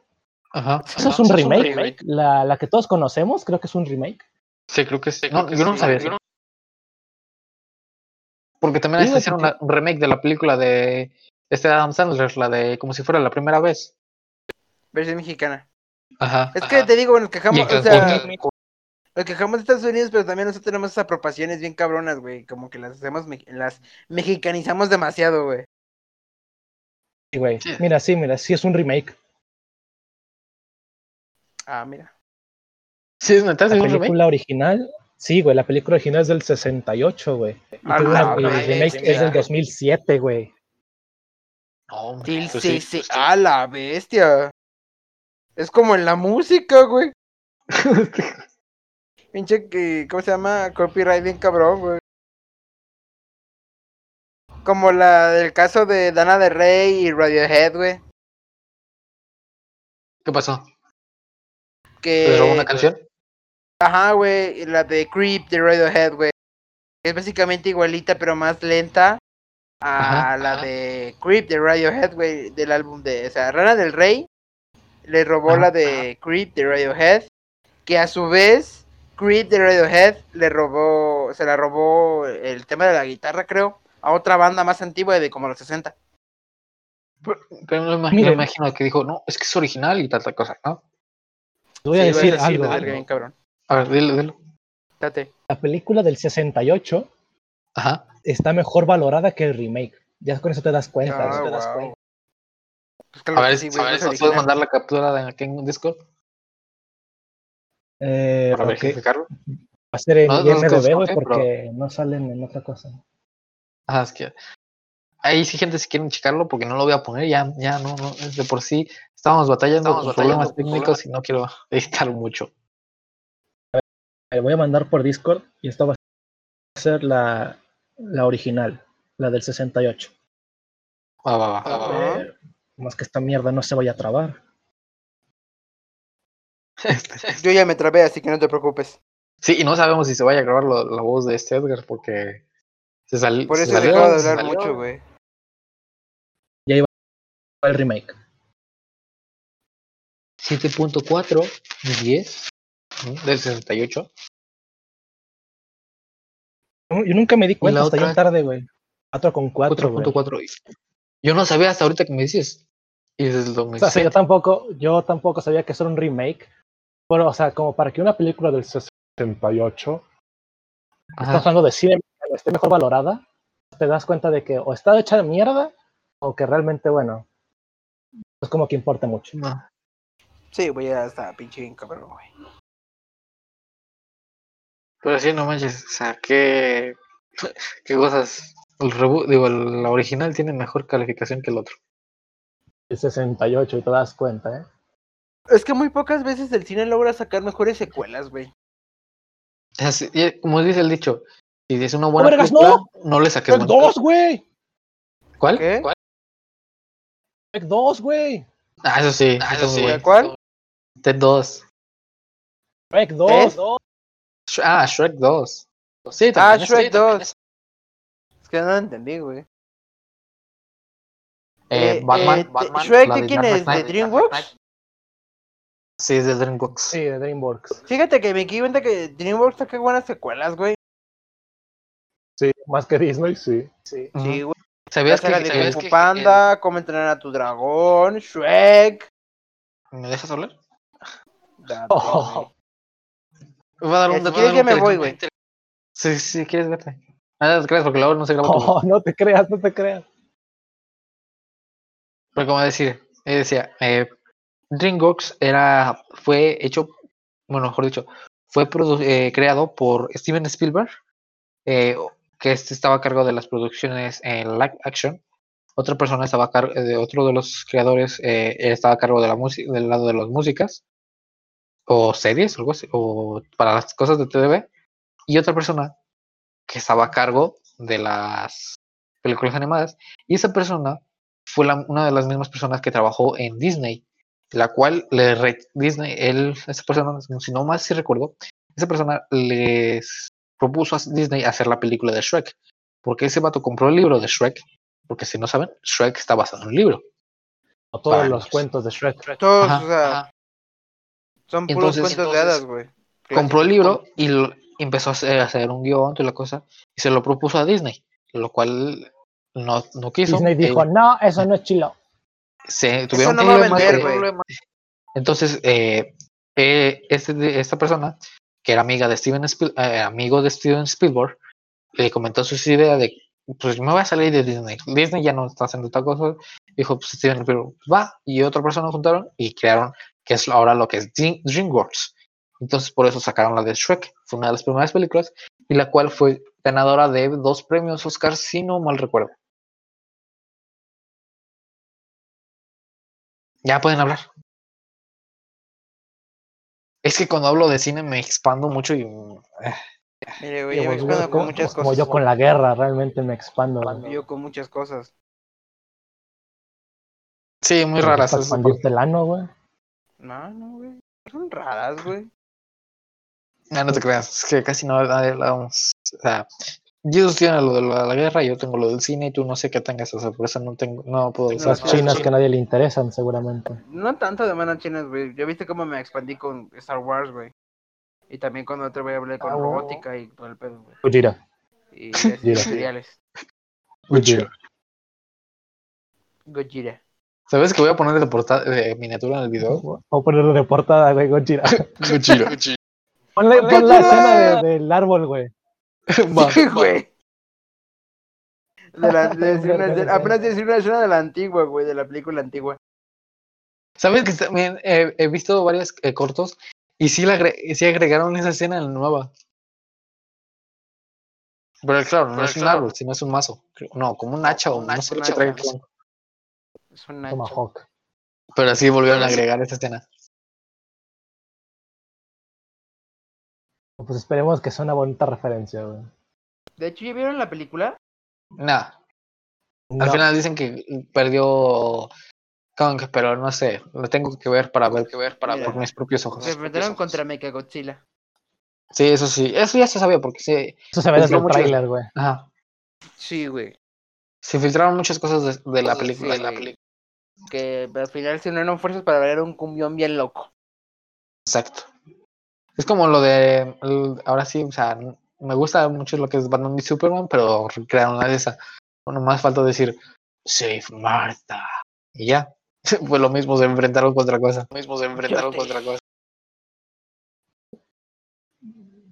Ajá.
Eso es un
Ah, eso es un
remake.
remake.
La, la que todos conocemos, creo que es un remake.
Sí, creo que sí. No, yo no sabía. eso. Porque también
Sí,
se
güey,
hicieron
porque-
una- un remake de la película de este Adam Sandler, la de como si fuera la primera vez.
Versión mexicana.
Ajá.
Es que te digo, bueno, nos quejamos,
Y el
o sea,
transporte.
nos quejamos de Estados Unidos, pero también nosotros tenemos esas apropiaciones bien cabronas, güey. Como que las hacemos, me- las mexicanizamos demasiado, güey.
Sí, güey.
Sí.
Mira, sí, mira, sí es un remake.
Ah, mira.
Sí, es neta,
La
sí, es un remake.
película original, sí, güey, la película original es del 68, güey. Y
Ah,
tú,
la
la- el
madre,
remake
mira.
es del 2007, güey.
No, man,
Sí,
pues
sí,
sí,
sí.
pues
Ah, la bestia. Es como en la música, güey. Pinche que, ¿cómo se llama? Copyright bien cabrón, güey. Como la del caso de Dana de Rey y Radiohead, güey.
¿Qué pasó? ¿Les robó una
Que.
canción?
Ajá, güey. y La de Creep de Radiohead, güey. Es básicamente igualita, pero más lenta a
Ajá,
la
ajá.
de Creep de Radiohead, güey. Del álbum de. O sea, Rana del Rey le robó
Ajá,
la de Creep de Radiohead. Que a su vez, Creep de Radiohead le robó. Se la robó el tema de la guitarra, creo. A otra banda más antigua de como los 60.
Pero me imagino,
Miren.
me imagino que dijo, no, es que es original y tal, tal cosa, ¿no?
Voy a
Sí,
decir
vas a
algo.
Ah,
vas a decir bien, cabrón.
A ver, dilo, dilo.
Date.
La película del 68
Ajá.
está mejor valorada que el remake. Ya con eso te das cuenta.
Ah,
eso te das
guau.
cuenta.
Pues claro
A
que
ver,
sí, güey,
a ver,
no es
¿nos
original.
puedes mandar la captura de aquí en Discord
Eh,
para
ok,
verificarlo?
Va a ser en
No, no, no,
IMDb, güey,
ok, pero-
porque no salen en otra cosa.
Ajá, Ah, es que ahí sí, gente, si quieren checarlo, porque no lo voy a poner, ya, ya, no, no, es de por sí. Estábamos batallando
Estábamos
con
batallando
problemas
con
técnicos y no quiero editar mucho.
Le Eh, voy a mandar por Discord y esta va a ser la, la original, la del 68.
Va, va, va.
Ah, va, va.
Eh, más que esta mierda no se vaya a trabar.
Yo ya me trabé, así que no te preocupes.
Este, Sí, y no sabemos si se vaya a grabar lo- la voz de este Edgar, porque se, sal-
Por
se
eso he
salió.
dejado de
se
hablar
salió.
mucho, güey.
El remake.
7.4, 10, ¿no? del 68.
No, Yo nunca me di cuenta
la
hasta bien
otra?
tarde, güey. 4 con 4, güey.
4.4. Yo no sabía hasta ahorita que me dices. Y desde el
O sea, sí,
2007.
yo tampoco, yo tampoco sabía que eso era un remake. Pero, o sea, como para que una película del 68,
Ajá.
estás hablando de cine, mexicano, esté mejor valorada, te das cuenta de que o está hecha de mierda o que realmente, bueno, es como que importa mucho.
No.
Sí, güey, ya está, pinche bien cabrón, güey.
Pero sí, no manches. O sea, qué, qué cosas. El reboot, digo, el- la original tiene mejor calificación que el otro.
El 68 y te das cuenta, ¿eh?
Es que muy pocas veces el cine logra sacar mejores secuelas, güey.
O sea, sí, y como dice el dicho, si es una buena
vergas,
película, no, le saques
¡Shrek
buena
2, güey!
¿Cuál?
¿Qué?
¿Cuál?
¡Shrek 2, güey!
Ah, eso sí.
Ah,
eso
eso
sí,
sí.
güey.
¿Cuál?
Ted 2.
¡Shrek 2!
¿Tres?
Sh- Ah, Shrek 2. Sí,
Ah,
también es-
Shrek
sí, también
2. Es que no lo entendí, güey.
Eh,
Eh,
Batman,
eh, te-
Batman,
¿Shrek
la
de quién
Dark
es? ¿De
Knight.
DreamWorks?
Sí, es de DreamWorks.
Sí, de DreamWorks.
Fíjate que me di cuenta que DreamWorks saca buenas secuelas, güey.
Sí, más que Disney, sí. Sí.
Ujú.
Sí, güey. La
¿Sabías que,
saga de
sabías
Kung Fu
que-
Panda, Cómo entrenar a tu dragón, Shrek.
el- ¿Me dejas hablar?
Date,
Oh.
güey.
Voy a dar un
Ya, Eh, si
dato,
Este, quieres
algo
ya me voy,
interesante.
güey.
Sí, sí, sí, quieres verte. Nada, te creas, porque luego no se graba. todo.
Oh, no te creas, no te creas.
Pero como decir, eh, decía, eh, DreamWorks era, fue hecho, bueno, mejor dicho, fue produ- eh, creado por Steven Spielberg, eh, o- que este estaba a cargo de las producciones en live action. Otra persona estaba a cargo, de otro de los creadores eh, estaba a cargo de la música, del lado de las músicas, o series, algo así, o para las cosas de TV. Y otra persona que estaba a cargo de las películas animadas. Y esa persona fue la- una de las mismas personas que trabajó en Disney, la cual le re- Disney, él, esa persona, si no más si recuerdo, esa persona les propuso a Disney hacer la película de Shrek, porque ese vato compró el libro de Shrek, porque si no saben, Shrek está basado en un libro.
O todos
Vale.
los cuentos de Shrek.
Todos,
Ajá,
o sea,
ajá.
son puros
Entonces-
cuentos de
entonces,
hadas, güey.
compró el libro y lo- empezó a hacer, a hacer un guión, toda la cosa, y se lo propuso a Disney, lo cual no, no quiso.
Disney
eh,
dijo, no, eso no es chilo.
se tuvieron
no va a
problemas
vender,
de-
güey.
Entonces, eh, eh, este de- esta persona, que era amiga de Steven Spiel- eh, amigo de Steven Spielberg, le comentó sus ideas de, pues me voy a salir de Disney. Disney ya no está haciendo tal cosa. Dijo, pues Steven Spielberg, pues, va. Y otra persona juntaron y crearon, que es ahora lo que es Dream- DreamWorks. Entonces, por eso sacaron la de Shrek. Fue una de las primeras películas y la cual fue ganadora de dos premios Oscar, si no mal recuerdo. Ya pueden hablar. Es que cuando hablo de cine me expando mucho y mm, eh,
Mire, güey, yo me
Como
expando
yo-
con
como-
muchas
como
cosas.
yo con la guerra, realmente me expando.
güey. Yo con muchas cosas.
Sí, muy
Para
raras. esas
expandirte el ano, güey.
No, no, güey. Son raras, güey.
No, no te creas, es que casi no hablamos. O sea, Jesús tiene lo de la guerra, yo tengo lo del cine y tú no sé qué tengas, o sea, por eso no tengo, no puedo
Tengo
usar.
Esas
sí,
chinas
sí.
que a nadie le interesan, seguramente.
No tanto de manos chinas, güey. Ya viste cómo me expandí con Star Wars, güey. Y también cuando otro voy a hablar con
Ah, huevo.
robótica y todo el pedo, güey.
Ujira.
Y así, seriales.
Ujira.
Gojira.
¿Sabes que voy a poner de, porta- de miniatura en el video?
Voy a ponerlo de portada, güey, Gojira.
Guchiro.
Ponle,
Ponle
pon la
Gojira.
escena de- del árbol, güey.
Sí, güey. De la, de- de una- de- apenas decir una escena de la antigua, güey, de la película antigua.
¿Sabes que también eh, he visto varios eh, cortos y sí, la agre- y sí agregaron esa escena en la nueva? Pero claro, no
Pero
es un
claro.
árbol, sino es un mazo. creo- No, como un hacha o
un
no
hacha,
sé
un
qué trae.
hacha. Es una
Tomahawk.
Pero sí volvieron a
Pero sí.
agregar esa escena.
Pues esperemos que sea una bonita referencia, güey.
De hecho, ¿ya vieron la película?
Nada. Al
No,
final dicen que perdió Kong, pero no sé, lo tengo que ver para ver, que ver para
Mira.
por mis propios ojos.
Se enfrentaron contra Mechagodzilla.
Sí, eso sí, eso ya se sabía porque se,
Eso se ve
Cumplió
desde el
mucho-
tráiler, güey.
ajá,
Sí, güey.
se filtraron muchas cosas de, de la
Sí,
película.
sí, güey. Que al final se unieron fuerzas para ver un cumbión bien loco.
Exacto. Es como lo de, el- ahora sí, o sea, n- me gusta mucho lo que es Batman y Superman, pero crearon la de esa. Bueno, más falta decir, Save Martha. Y ya, pues lo mismo, se enfrentaron contra cosa. Lo mismo, se enfrentaron
te
contra cosa.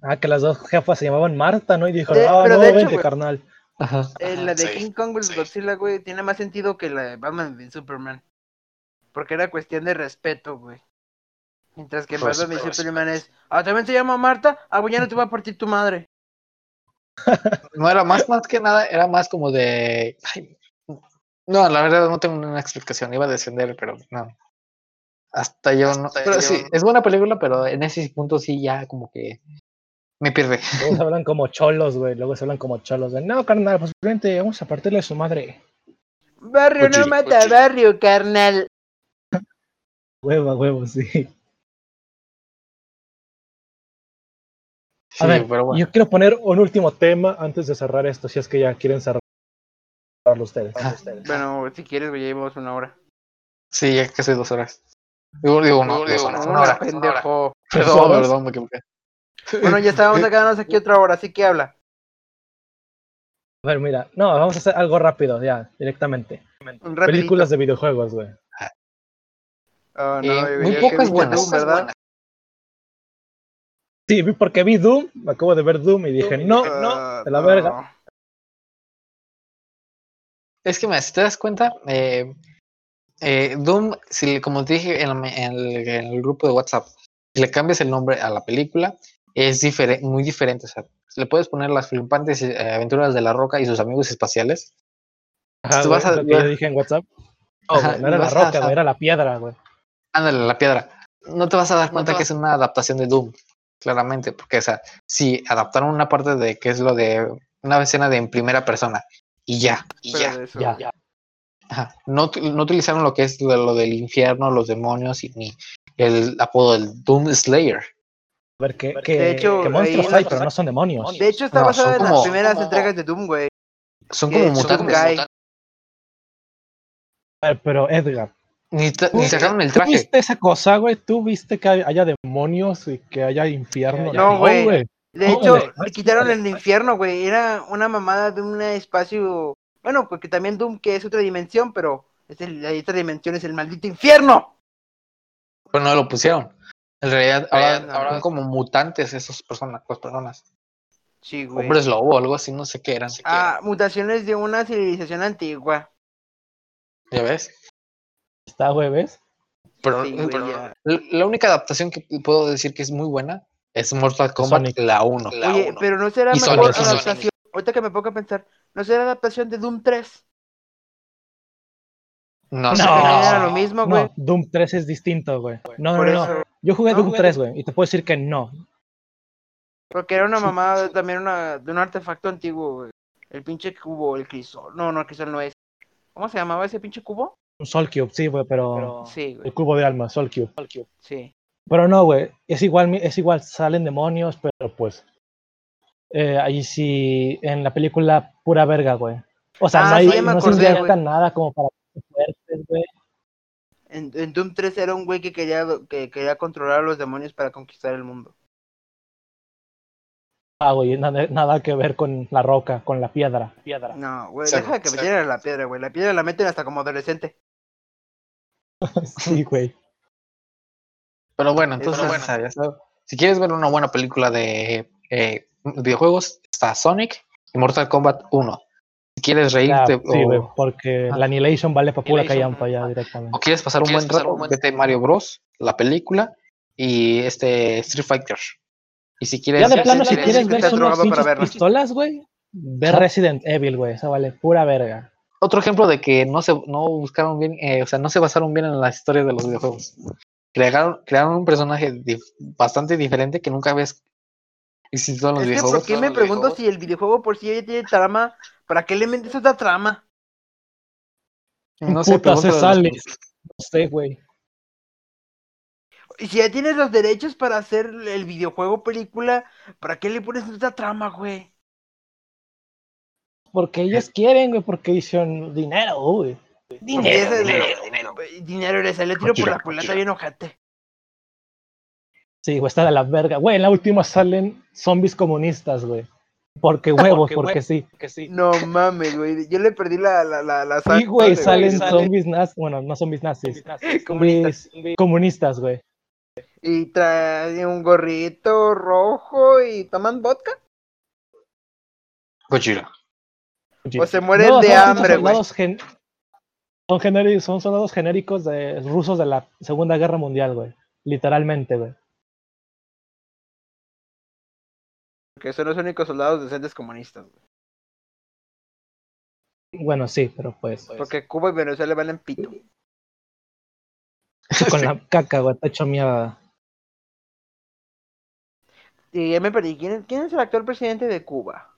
Ah, que las dos jefas se llamaban Marta, ¿no? Y dijo,
De-
ah,
pero
no,
de hecho,
vente,
güey.
carnal.
Ajá.
Eh,
Ajá,
la de
sí,
King Kong vs
sí.
Godzilla, güey, tiene más sentido que la de Batman y Superman. Porque era cuestión de respeto, güey. Mientras que Batman y
Pues, Respeto.
Superman es, ah, también se llama Marta, ah, güey, ya no te va a partir tu madre.
No era más, más que nada, era más como de. ay, no, la verdad no tengo una explicación. Iba a descender, pero no. Hasta yo no.
Hasta
Pero
yo
sí,
no.
es buena película, pero en ese punto sí ya como que me pierde.
Luego se hablan como cholos, güey. Luego se hablan como cholos. De, no, carnal, pues vente, vamos a partirle a su madre.
Barrio no
Cuchillo,
mata
cuchillo.
barrio, carnal.
Huevo, a huevo, sí.
Sí,
A ver,
pero bueno.
Yo quiero poner un último tema antes de cerrar esto, si es que ya quieren cerrarlo ustedes.
Ajá.
Bueno, si quieres, güey, ya llevamos una hora.
Sí, ya casi dos horas. Digo, digo, no,
Digo,
dos
digo,
horas,
no,
una hora.
pendejo.
Perdón,
horas.
perdón, me equivoqué.
Bueno, ya estábamos a quedarnos aquí otra hora, así que habla.
A ver, mira, no, vamos a hacer algo rápido, ya, directamente.
Un rapidito.
Películas de videojuegos, güey.
Ah, no,
Eh,
güey,
muy
ya que
pocas
viste
buenas.
Doom, ¿verdad?
Sí, vi- porque vi Doom, me acabo de ver Doom y dije, no, no,
Ah,
de la
no.
verga.
Es que, mira, si te das cuenta, eh, eh, Doom, si le- como te dije en, la ma- en el, en el grupo de WhatsApp, si le cambias el nombre a la película, es difere- muy diferente. O sea, le puedes poner las flipantes eh, aventuras de la roca y sus amigos espaciales.
Ajá,
Tú
güey,
vas a-
es lo que yo dije en WhatsApp. No,
Ajá,
güey, no era la
vas a-
roca, güey, era la piedra, güey.
Ándale, la piedra. No te vas a dar
te
cuenta que
vas-
es una adaptación de Doom, claramente, porque, o sea, si adaptaron una parte de que es lo de una escena de en primera persona y ya, y
Pero
ya.
de eso,
Ya.
güey.
Ajá, No, ut- no utilizaron lo que es lo, lo del infierno, los demonios y ni el apodo del Doom Slayer.
A ver, que, que,
De hecho,
que monstruos
ahí-
hay, pero no son demonios.
De hecho, está
No,
basada
son
en las
como-
primeras
como-
entregas de Doom, güey.
Son
Que
como
son
mutantes.
guy.
A ver, pero Edgar,
Ni, ta- ni
Pues,
Uy,
sacaron el
¿tú
traje.
viste esa cosa, güey? ¿Tú viste que hay- haya demonios y que haya infierno?
No, güey.
No,
De hecho,
güey, no
le
es-
quitaron
no
el infierno, güey. Era una mamada de un espacio. Bueno, porque también Doom, que es otra dimensión, pero es el- la otra dimensión es el maldito infierno.
Pero no lo pusieron. En realidad, ahora,
no,
ahora
no.
son como mutantes esas personas, las personas.
Sí, güey.
Hombres lobo, algo así, no sé qué eran.
Ah, mutaciones de una civilización antigua.
¿Ya ves?
Está, güey, ¿ves?
Pero, eh,
Sí, güey,
pero
ya.
la la única adaptación que puedo decir que es muy buena es Mortal Kombat,
Sonic.
la 1.
Oye, pero no será
Y
mejor
Sonic, y Sonic.
adaptación. Ahorita que me pongo a pensar, ¿no será adaptación de Doom 3?
No,
No.
sé.
También era lo mismo, güey.
No, Doom 3 es distinto, güey. No, no,
Por
no, no.
eso.
Yo jugué
No,
Doom
güey.
3, güey, y te puedo decir que no.
Porque era una mamada también una, de un artefacto antiguo, güey. El pinche cubo, el crisol. No, no, el crisol no es. ¿Cómo se llamaba ese pinche cubo?
Un Soul Cube, sí, güey, pero,
Pero
Sí,
El
güey.
cubo de alma, Soul Cube.
Sí.
Pero no, güey, es igual, mi- es igual, salen demonios, pero pues. eh, ahí sí, en la película, pura verga, güey. O sea,
Ah,
no, hay,
sí, ya
no
me
se
acordé,
invierta
güey.
nada como para fuertes, güey.
En, en Doom 3 era un güey que quería, que quería controlar a los demonios para conquistar el mundo.
Ah, güey, nada, nada que ver con la roca, con la piedra. piedra.
No, güey,
Exacto,
deja de que me
exacto.
tiren a la piedra, güey. La piedra la meten hasta como adolescente.
sí, güey.
Pero bueno, entonces,
bueno.
o sea, ya sabes, si quieres ver una buena película de eh, videojuegos, está Sonic y Mortal Kombat 1. Si quieres
Ya,
reírte
Ah, sí, güey,
o,
porque
Ah.
la Annihilation vale para pura
Annihilation,
callampa ya
o
directamente.
quieres pasar un
¿Quieres
buen
pasar
rato,
un buen-
vete Mario Bros, la película, y este Street Fighter. Y si quieres...
Ya de
si
plano, si
quieres
quieres
que
ver
estás
unas
drogado para
pinches
verla.
pistolas, güey, ve
Ajá.
Resident Evil, güey, esa vale pura verga.
Otro ejemplo de que no se no buscaron bien, eh, o sea, no se basaron bien en las historias de los videojuegos. Crearon, crearon un personaje dif- bastante diferente que nunca habías existido en los
Es que,
videojuegos.
¿por qué me pregunto si el videojuego por sí ya tiene trama? ¿Para qué le metes otra trama?
No sé,
Puta, se
pregúntale a los
sale.
fans.
No sé, güey.
Y si ya tienes los derechos para hacer el videojuego película, ¿para qué le pones otra trama, güey?
Porque ellos quieren, güey, porque hicieron dinero, güey.
Porque ese-
dinero.
Dinero, le salió tiro por
Mochila,
la culata
mochila.
bien ojate.
Sí, güey, está de la verga. Güey, en la última salen zombies comunistas, güey. Porque huevos, porque, sí.
No mames, güey. Yo le perdí la, la, la, la
Sí, güey,
sangre,
salen
Sale-
zombies nazis. Bueno, no zombies nazis.
Comunistas.
Zombies Comunistas, güey.
Y trae un gorrito rojo y toman vodka.
Gojira.
O se mueren de
son- son
hambre, güey.
soldados gen- Son, generi- son soldados genéricos de rusos de la Segunda Guerra Mundial, güey. Literalmente, güey.
Que son los únicos soldados decentes comunistas. güey.
Bueno, sí, pero pues.
Porque Cuba y Venezuela van en pito.
Con la caca, güey, está hecho mierda.
Y ya me perdí. ¿Quién, es- quién es el actual presidente de Cuba?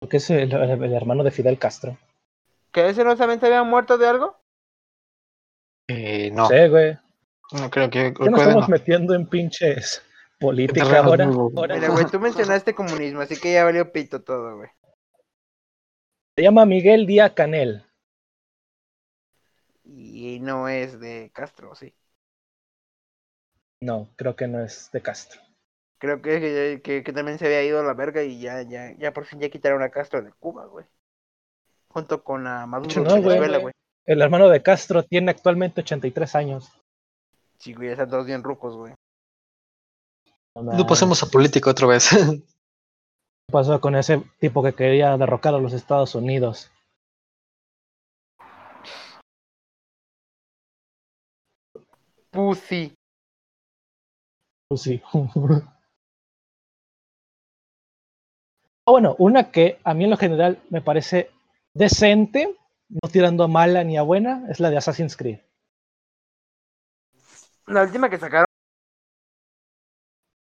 Porque es el, el- el hermano de Fidel Castro.
¿Que ese no también se había muerto de algo?
Eh, no,
Sí, güey.
no creo que
Ya nos
recuerden,
estamos
no.
metiendo en pinches política
Terrenos
ahora.
muy bobos.
ahora.
Mira, güey, tú mencionaste comunismo, así que ya valió pito todo, güey.
Se llama Miguel Díaz Canel.
Y no es de Castro, sí.
No, creo que no es de Castro.
Creo que, que, que- que también se había ido a la verga y ya, ya, ya por fin ya quitaron a Castro de Cuba, güey. Junto con a Maduro
No,
de
güey.
Venezuela, güey.
El hermano de Castro tiene actualmente 83 años.
Sí, güey, ya están todos bien rucos, güey.
No
No
mames.
pasemos a política otra vez.
¿Qué pasó con ese tipo que quería derrocar a los Estados Unidos?
Pussy.
Pues sí. Ah, bueno, una que a mí en lo general me parece decente, no tirando a mala ni a buena, es la de Assassin's Creed.
La última que sacaron.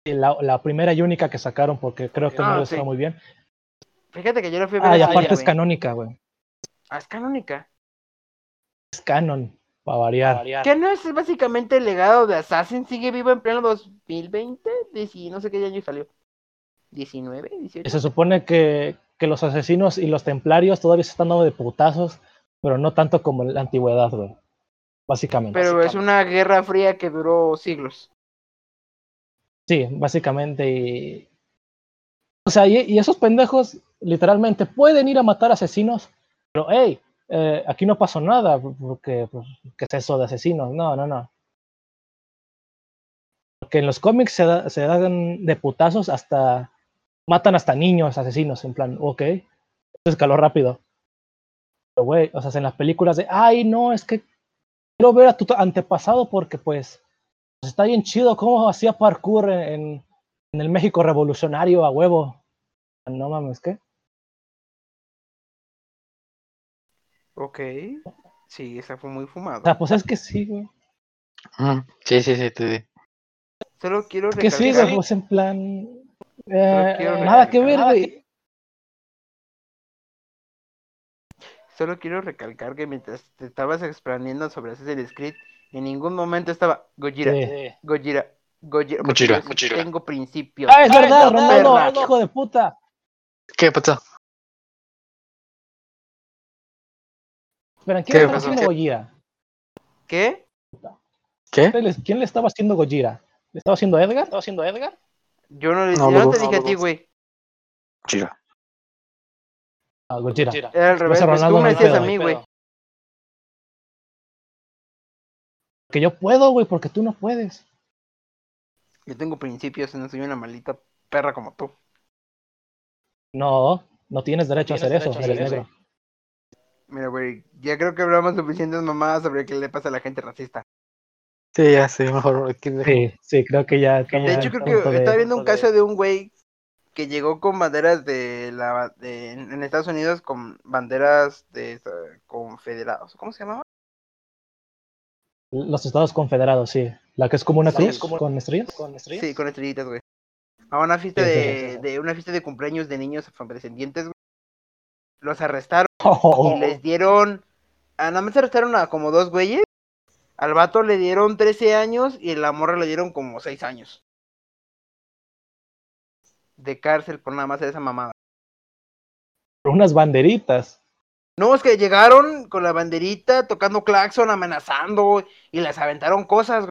Y La, la primera y única que sacaron porque creo que
Ah,
no
sí.
les fue muy bien.
Fíjate que yo la fui a ver.
Ah, y
en
aparte
cine,
es
güey.
canónica, güey.
Ah, es canónica.
Es canon, para variar.
Que no es básicamente el legado de Assassin, sigue vivo en pleno 2020, 19, no sé qué año salió. 19, 18.
Se supone que, que los asesinos y los templarios todavía se están dando de putazos, pero no tanto como en la antigüedad, güey. Básicamente.
Pero es una guerra fría que duró siglos.
Sí, básicamente. Y... O sea, y, y esos pendejos literalmente pueden ir a matar asesinos, pero hey, eh, aquí no pasó nada, porque pues, ¿qué es eso de asesinos? No, no, no. Porque en los cómics se, da- se dan de putazos hasta. Matan hasta niños asesinos, en plan, ok, se escaló rápido. Pero, güey, o sea, en las películas de, ay, no, es que quiero ver a tu antepasado porque, pues, pues, está bien chido cómo hacía parkour en, en- en el México revolucionario a huevo. No mames, ¿qué?
Ok. Sí, esa fue muy
O Ah.
fumada.
sea, pues es que sí, güey.
Ujú, sí, sí, sí, te-
Solo quiero
Que sí,
recalcar-
güey, pues en plan. eh,
quiero
nada que ver,
recalcar.
güey.
Solo quiero recalcar que mientras te estabas expandiendo sobre Assassin's Creed, en ningún momento estaba Gojira,
Sí.
Eh,
Gojira, Gojira. porque
Gojira,
yo
Gojira.
Tengo principios.
Ah, es
Ah,
verdad,
es verdad,
Ronaldo,
verdad.
hijo de puta.
¿Qué pasó?
Pero ¿a ¿quién
¿Qué
le estaba
pasó?
haciendo Gojira?
¿Qué?
¿Qué?
¿Quién le- ¿Quién le estaba haciendo Gojira? ¿Le estaba haciendo Edgar? ¿Le estaba haciendo Edgar?
Yo no, le-
No,
yo no
los
te
dos, no,
dije a
los
ti,
dos.
güey.
Gojira.
Ah, Gojira.
Era al revés.
a
pues,
Ronaldo
Tú me
no
decías
pedo,
a
no
mí, güey.
Que yo puedo, güey, porque tú no puedes.
Yo tengo principios y no soy una maldita perra como tú.
No, no tienes derecho a hacer eso, eres negro.
Mira, güey, ya creo que hablamos suficientes mamadas sobre qué le pasa a la gente racista.
Sí, ya, sí, mejor. aquí dejo.
Sí, sí, creo que ya. estamos
De
en
hecho, creo
punto
que
de-
estaba viendo un
punto de-
caso de un güey que llegó con banderas de la de- en en Estados Unidos con banderas de esta- confederados. ¿Cómo se llamaba?
Los Estados Confederados, sí. La que es como una
La que
cruz
es como-
con estrellas.
Sí, con estrellitas, güey. A una fiesta
Sí, sí,
de, de una fiesta de cumpleaños de niños afrodescendientes, güey. Los arrestaron
Oh.
y les dieron ah, nada más arrestaron a como dos güeyes. Al vato le dieron 13 años y a la morra le dieron como 6 años. De cárcel por nada más hacer esa mamada.
Unas banderitas.
No, es que llegaron con la banderita, tocando claxon, amenazando, güey, y les aventaron cosas, güey.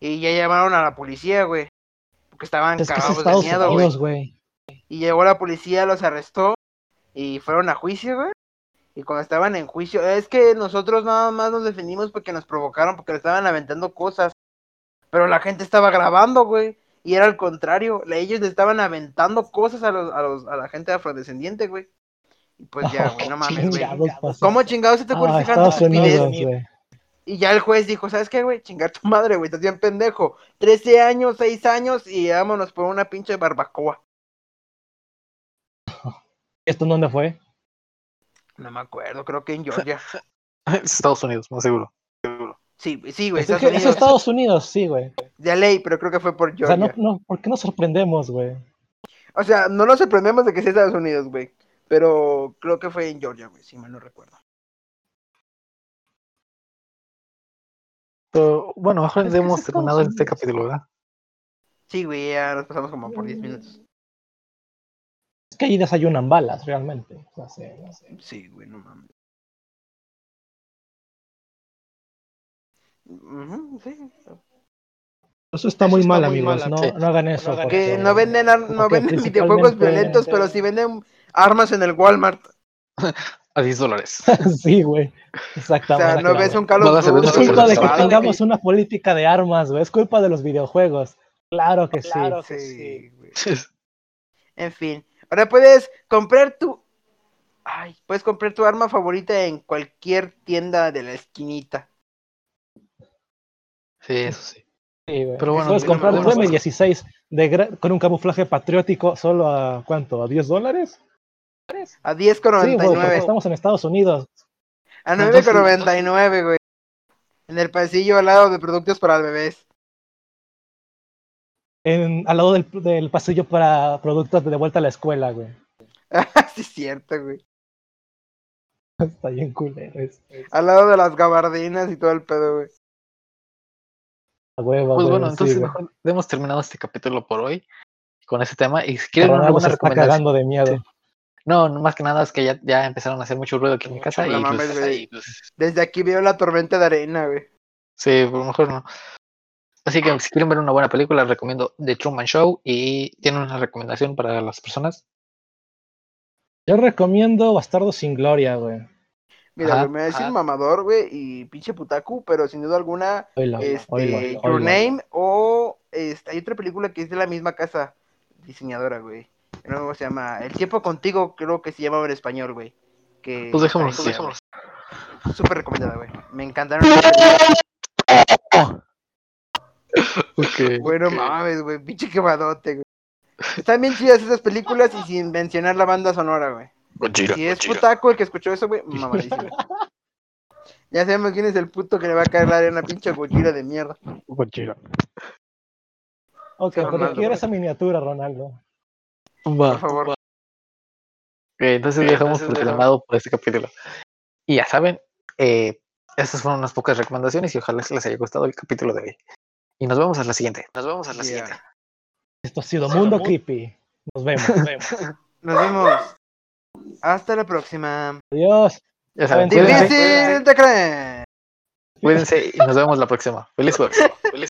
Y ya llamaron a la policía, güey. Porque estaban
Es que es
cagados
Estados
de miedo, güey.
Unidos, güey.
Y llegó la policía, los arrestó y fueron a juicio, güey. Y cuando estaban en juicio, es que nosotros nada más nos defendimos porque nos provocaron, porque le estaban aventando cosas. Pero la gente estaba grabando, güey. Y era al contrario, le- ellos le estaban aventando cosas a, los, a, los- a la gente afrodescendiente, güey. Y pues ya, güey, no mames, güey.
Chingados pasos.
¿Cómo chingados se te ocurre
Ah,
semejante
Estados
estupidez?
Unidos, güey.
Y ya el juez dijo, ¿sabes qué, güey? Chingar tu madre, güey, estás bien pendejo. 13 años, 6 años y vámonos por una pinche barbacoa.
¿Esto en dónde fue?
No me acuerdo, creo que en Georgia.
Es Estados Unidos, más seguro.
Sí, güey, sí, güey,
Es que-
Estados
es
Unidos.
Estados Unidos, sí, güey.
De ley, pero creo que fue por
O sea,
Georgia.
no, no, ¿por qué nos sorprendemos, güey?
O sea, no nos sorprendemos de que sea Estados Unidos, güey. Pero creo que fue en Georgia, güey, si mal no recuerdo.
Pero, bueno, mejor
Pues Es que es
hemos
Estados
terminado este
Unidos.
capítulo, ¿verdad?
Sí, güey, ya nos pasamos como por 10 minutos.
Es que ahí desayunan balas, realmente. O sea, sí, no sé.
Sí, güey, no mames. Ujú, sí.
Eso está
Eso
muy
está
mal,
muy
amigos.
mal,
no,
sí.
no hagan eso.
hagan
porque-
Que no venden, ar- no
porque
venden videojuegos
principalmente-
violentos, pero sí venden armas en el Walmart.
A 10 dólares.
sí, güey.
O
Exactamente.
sea, no ves un Call
Balas
of
en el
Duty.
Es
Eso es
culpa de que
verdad.
güey.
tengamos una política de armas, güey. Es culpa de los videojuegos. Claro que sí.
Sí, güey.
Sí,
En fin, ahora puedes comprar tu. Ay, puedes comprar tu arma favorita en cualquier tienda de la esquinita.
eso sí.
Sí, güey.
Pero bueno,
Puedes
mira,
comprar
bueno,
tu M16 de gra- con un camuflaje patriótico solo a ¿cuánto? ¿A 10 dólares?
A
Sí, güey, porque
10,99.
estamos en Estados Unidos.
a
pues,
9,99, güey. En el pasillo al lado de productos para bebés.
En, al lado del, del pasillo para productos de vuelta a la escuela, güey.
sí, es cierto, güey.
Está bien culero. Es, es-
Al lado de las gabardinas y todo el pedo, güey.
a huevo,
Pues
güey,
bueno,
sí,
entonces
güey.
mejor hemos terminado este capítulo por hoy con este tema. Y si quieren
Ronaldo
alguna
se está
recomendación.
cagando de miedo.
No, no, más que nada es que ya, ya empezaron a hacer mucho ruido aquí en mi casa
ruido,
y
mames,
pues,
güey.
ahí, pues,
Desde aquí veo la tormenta de arena, güey.
sí, por lo mejor no. Así que si quieren ver una buena película, les recomiendo The Truman Show y tienen una recomendación para las personas.
Yo recomiendo Bastardo sin Gloria, güey.
Mira,
Ajá,
güey, me voy a decir
ajá.
mamador, güey, y pinche putaku, pero sin duda alguna,
Oílo,
este,
oílo,
Your
oílo.
Name o este, hay otra película que es de la misma casa diseñadora, güey. No sé cómo se llama. El tiempo contigo creo que se llama en español, güey.
Mm,
Que
Pues dejémoslo,
está chida,
dejémoslo.
güey. Súper recomendada, güey. Me encantaron. esas películas.
Ok,
Bueno,
ok.
mames, güey. Pinche quemadote, güey. Están bien chidas esas películas y sin mencionar la banda sonora, güey.
Gojira,
Si es
Gojira.
putaco el que escuchó eso, güey, mamadísimo. Ya sabemos quién es el puto que le va a caer la arena, pinche gojira de mierda.
Gojira.
Ok,
Sí,
porque
Ronaldo,
quiero
güey.
esa miniatura, Ronaldo.
Va.
Por favor.
Ok, entonces
Ok,
dejamos
entonces
proclamado por este capítulo. Y ya saben, eh, estas fueron unas pocas recomendaciones y ojalá les haya gustado el capítulo de hoy. Y nos vemos hasta la siguiente.
Nos vemos a la
Yeah.
siguiente.
Esto ha sido
Ha sido
Mundo
mu-
Creepy. Nos vemos.
Nos vemos.
Nos vemos. Hasta la próxima.
Adiós.
Ya saben,
Cuídense.
cuídense,
Difícil de creer.
cuídense y nos vemos la próxima. Feliz jueves.
Feliz-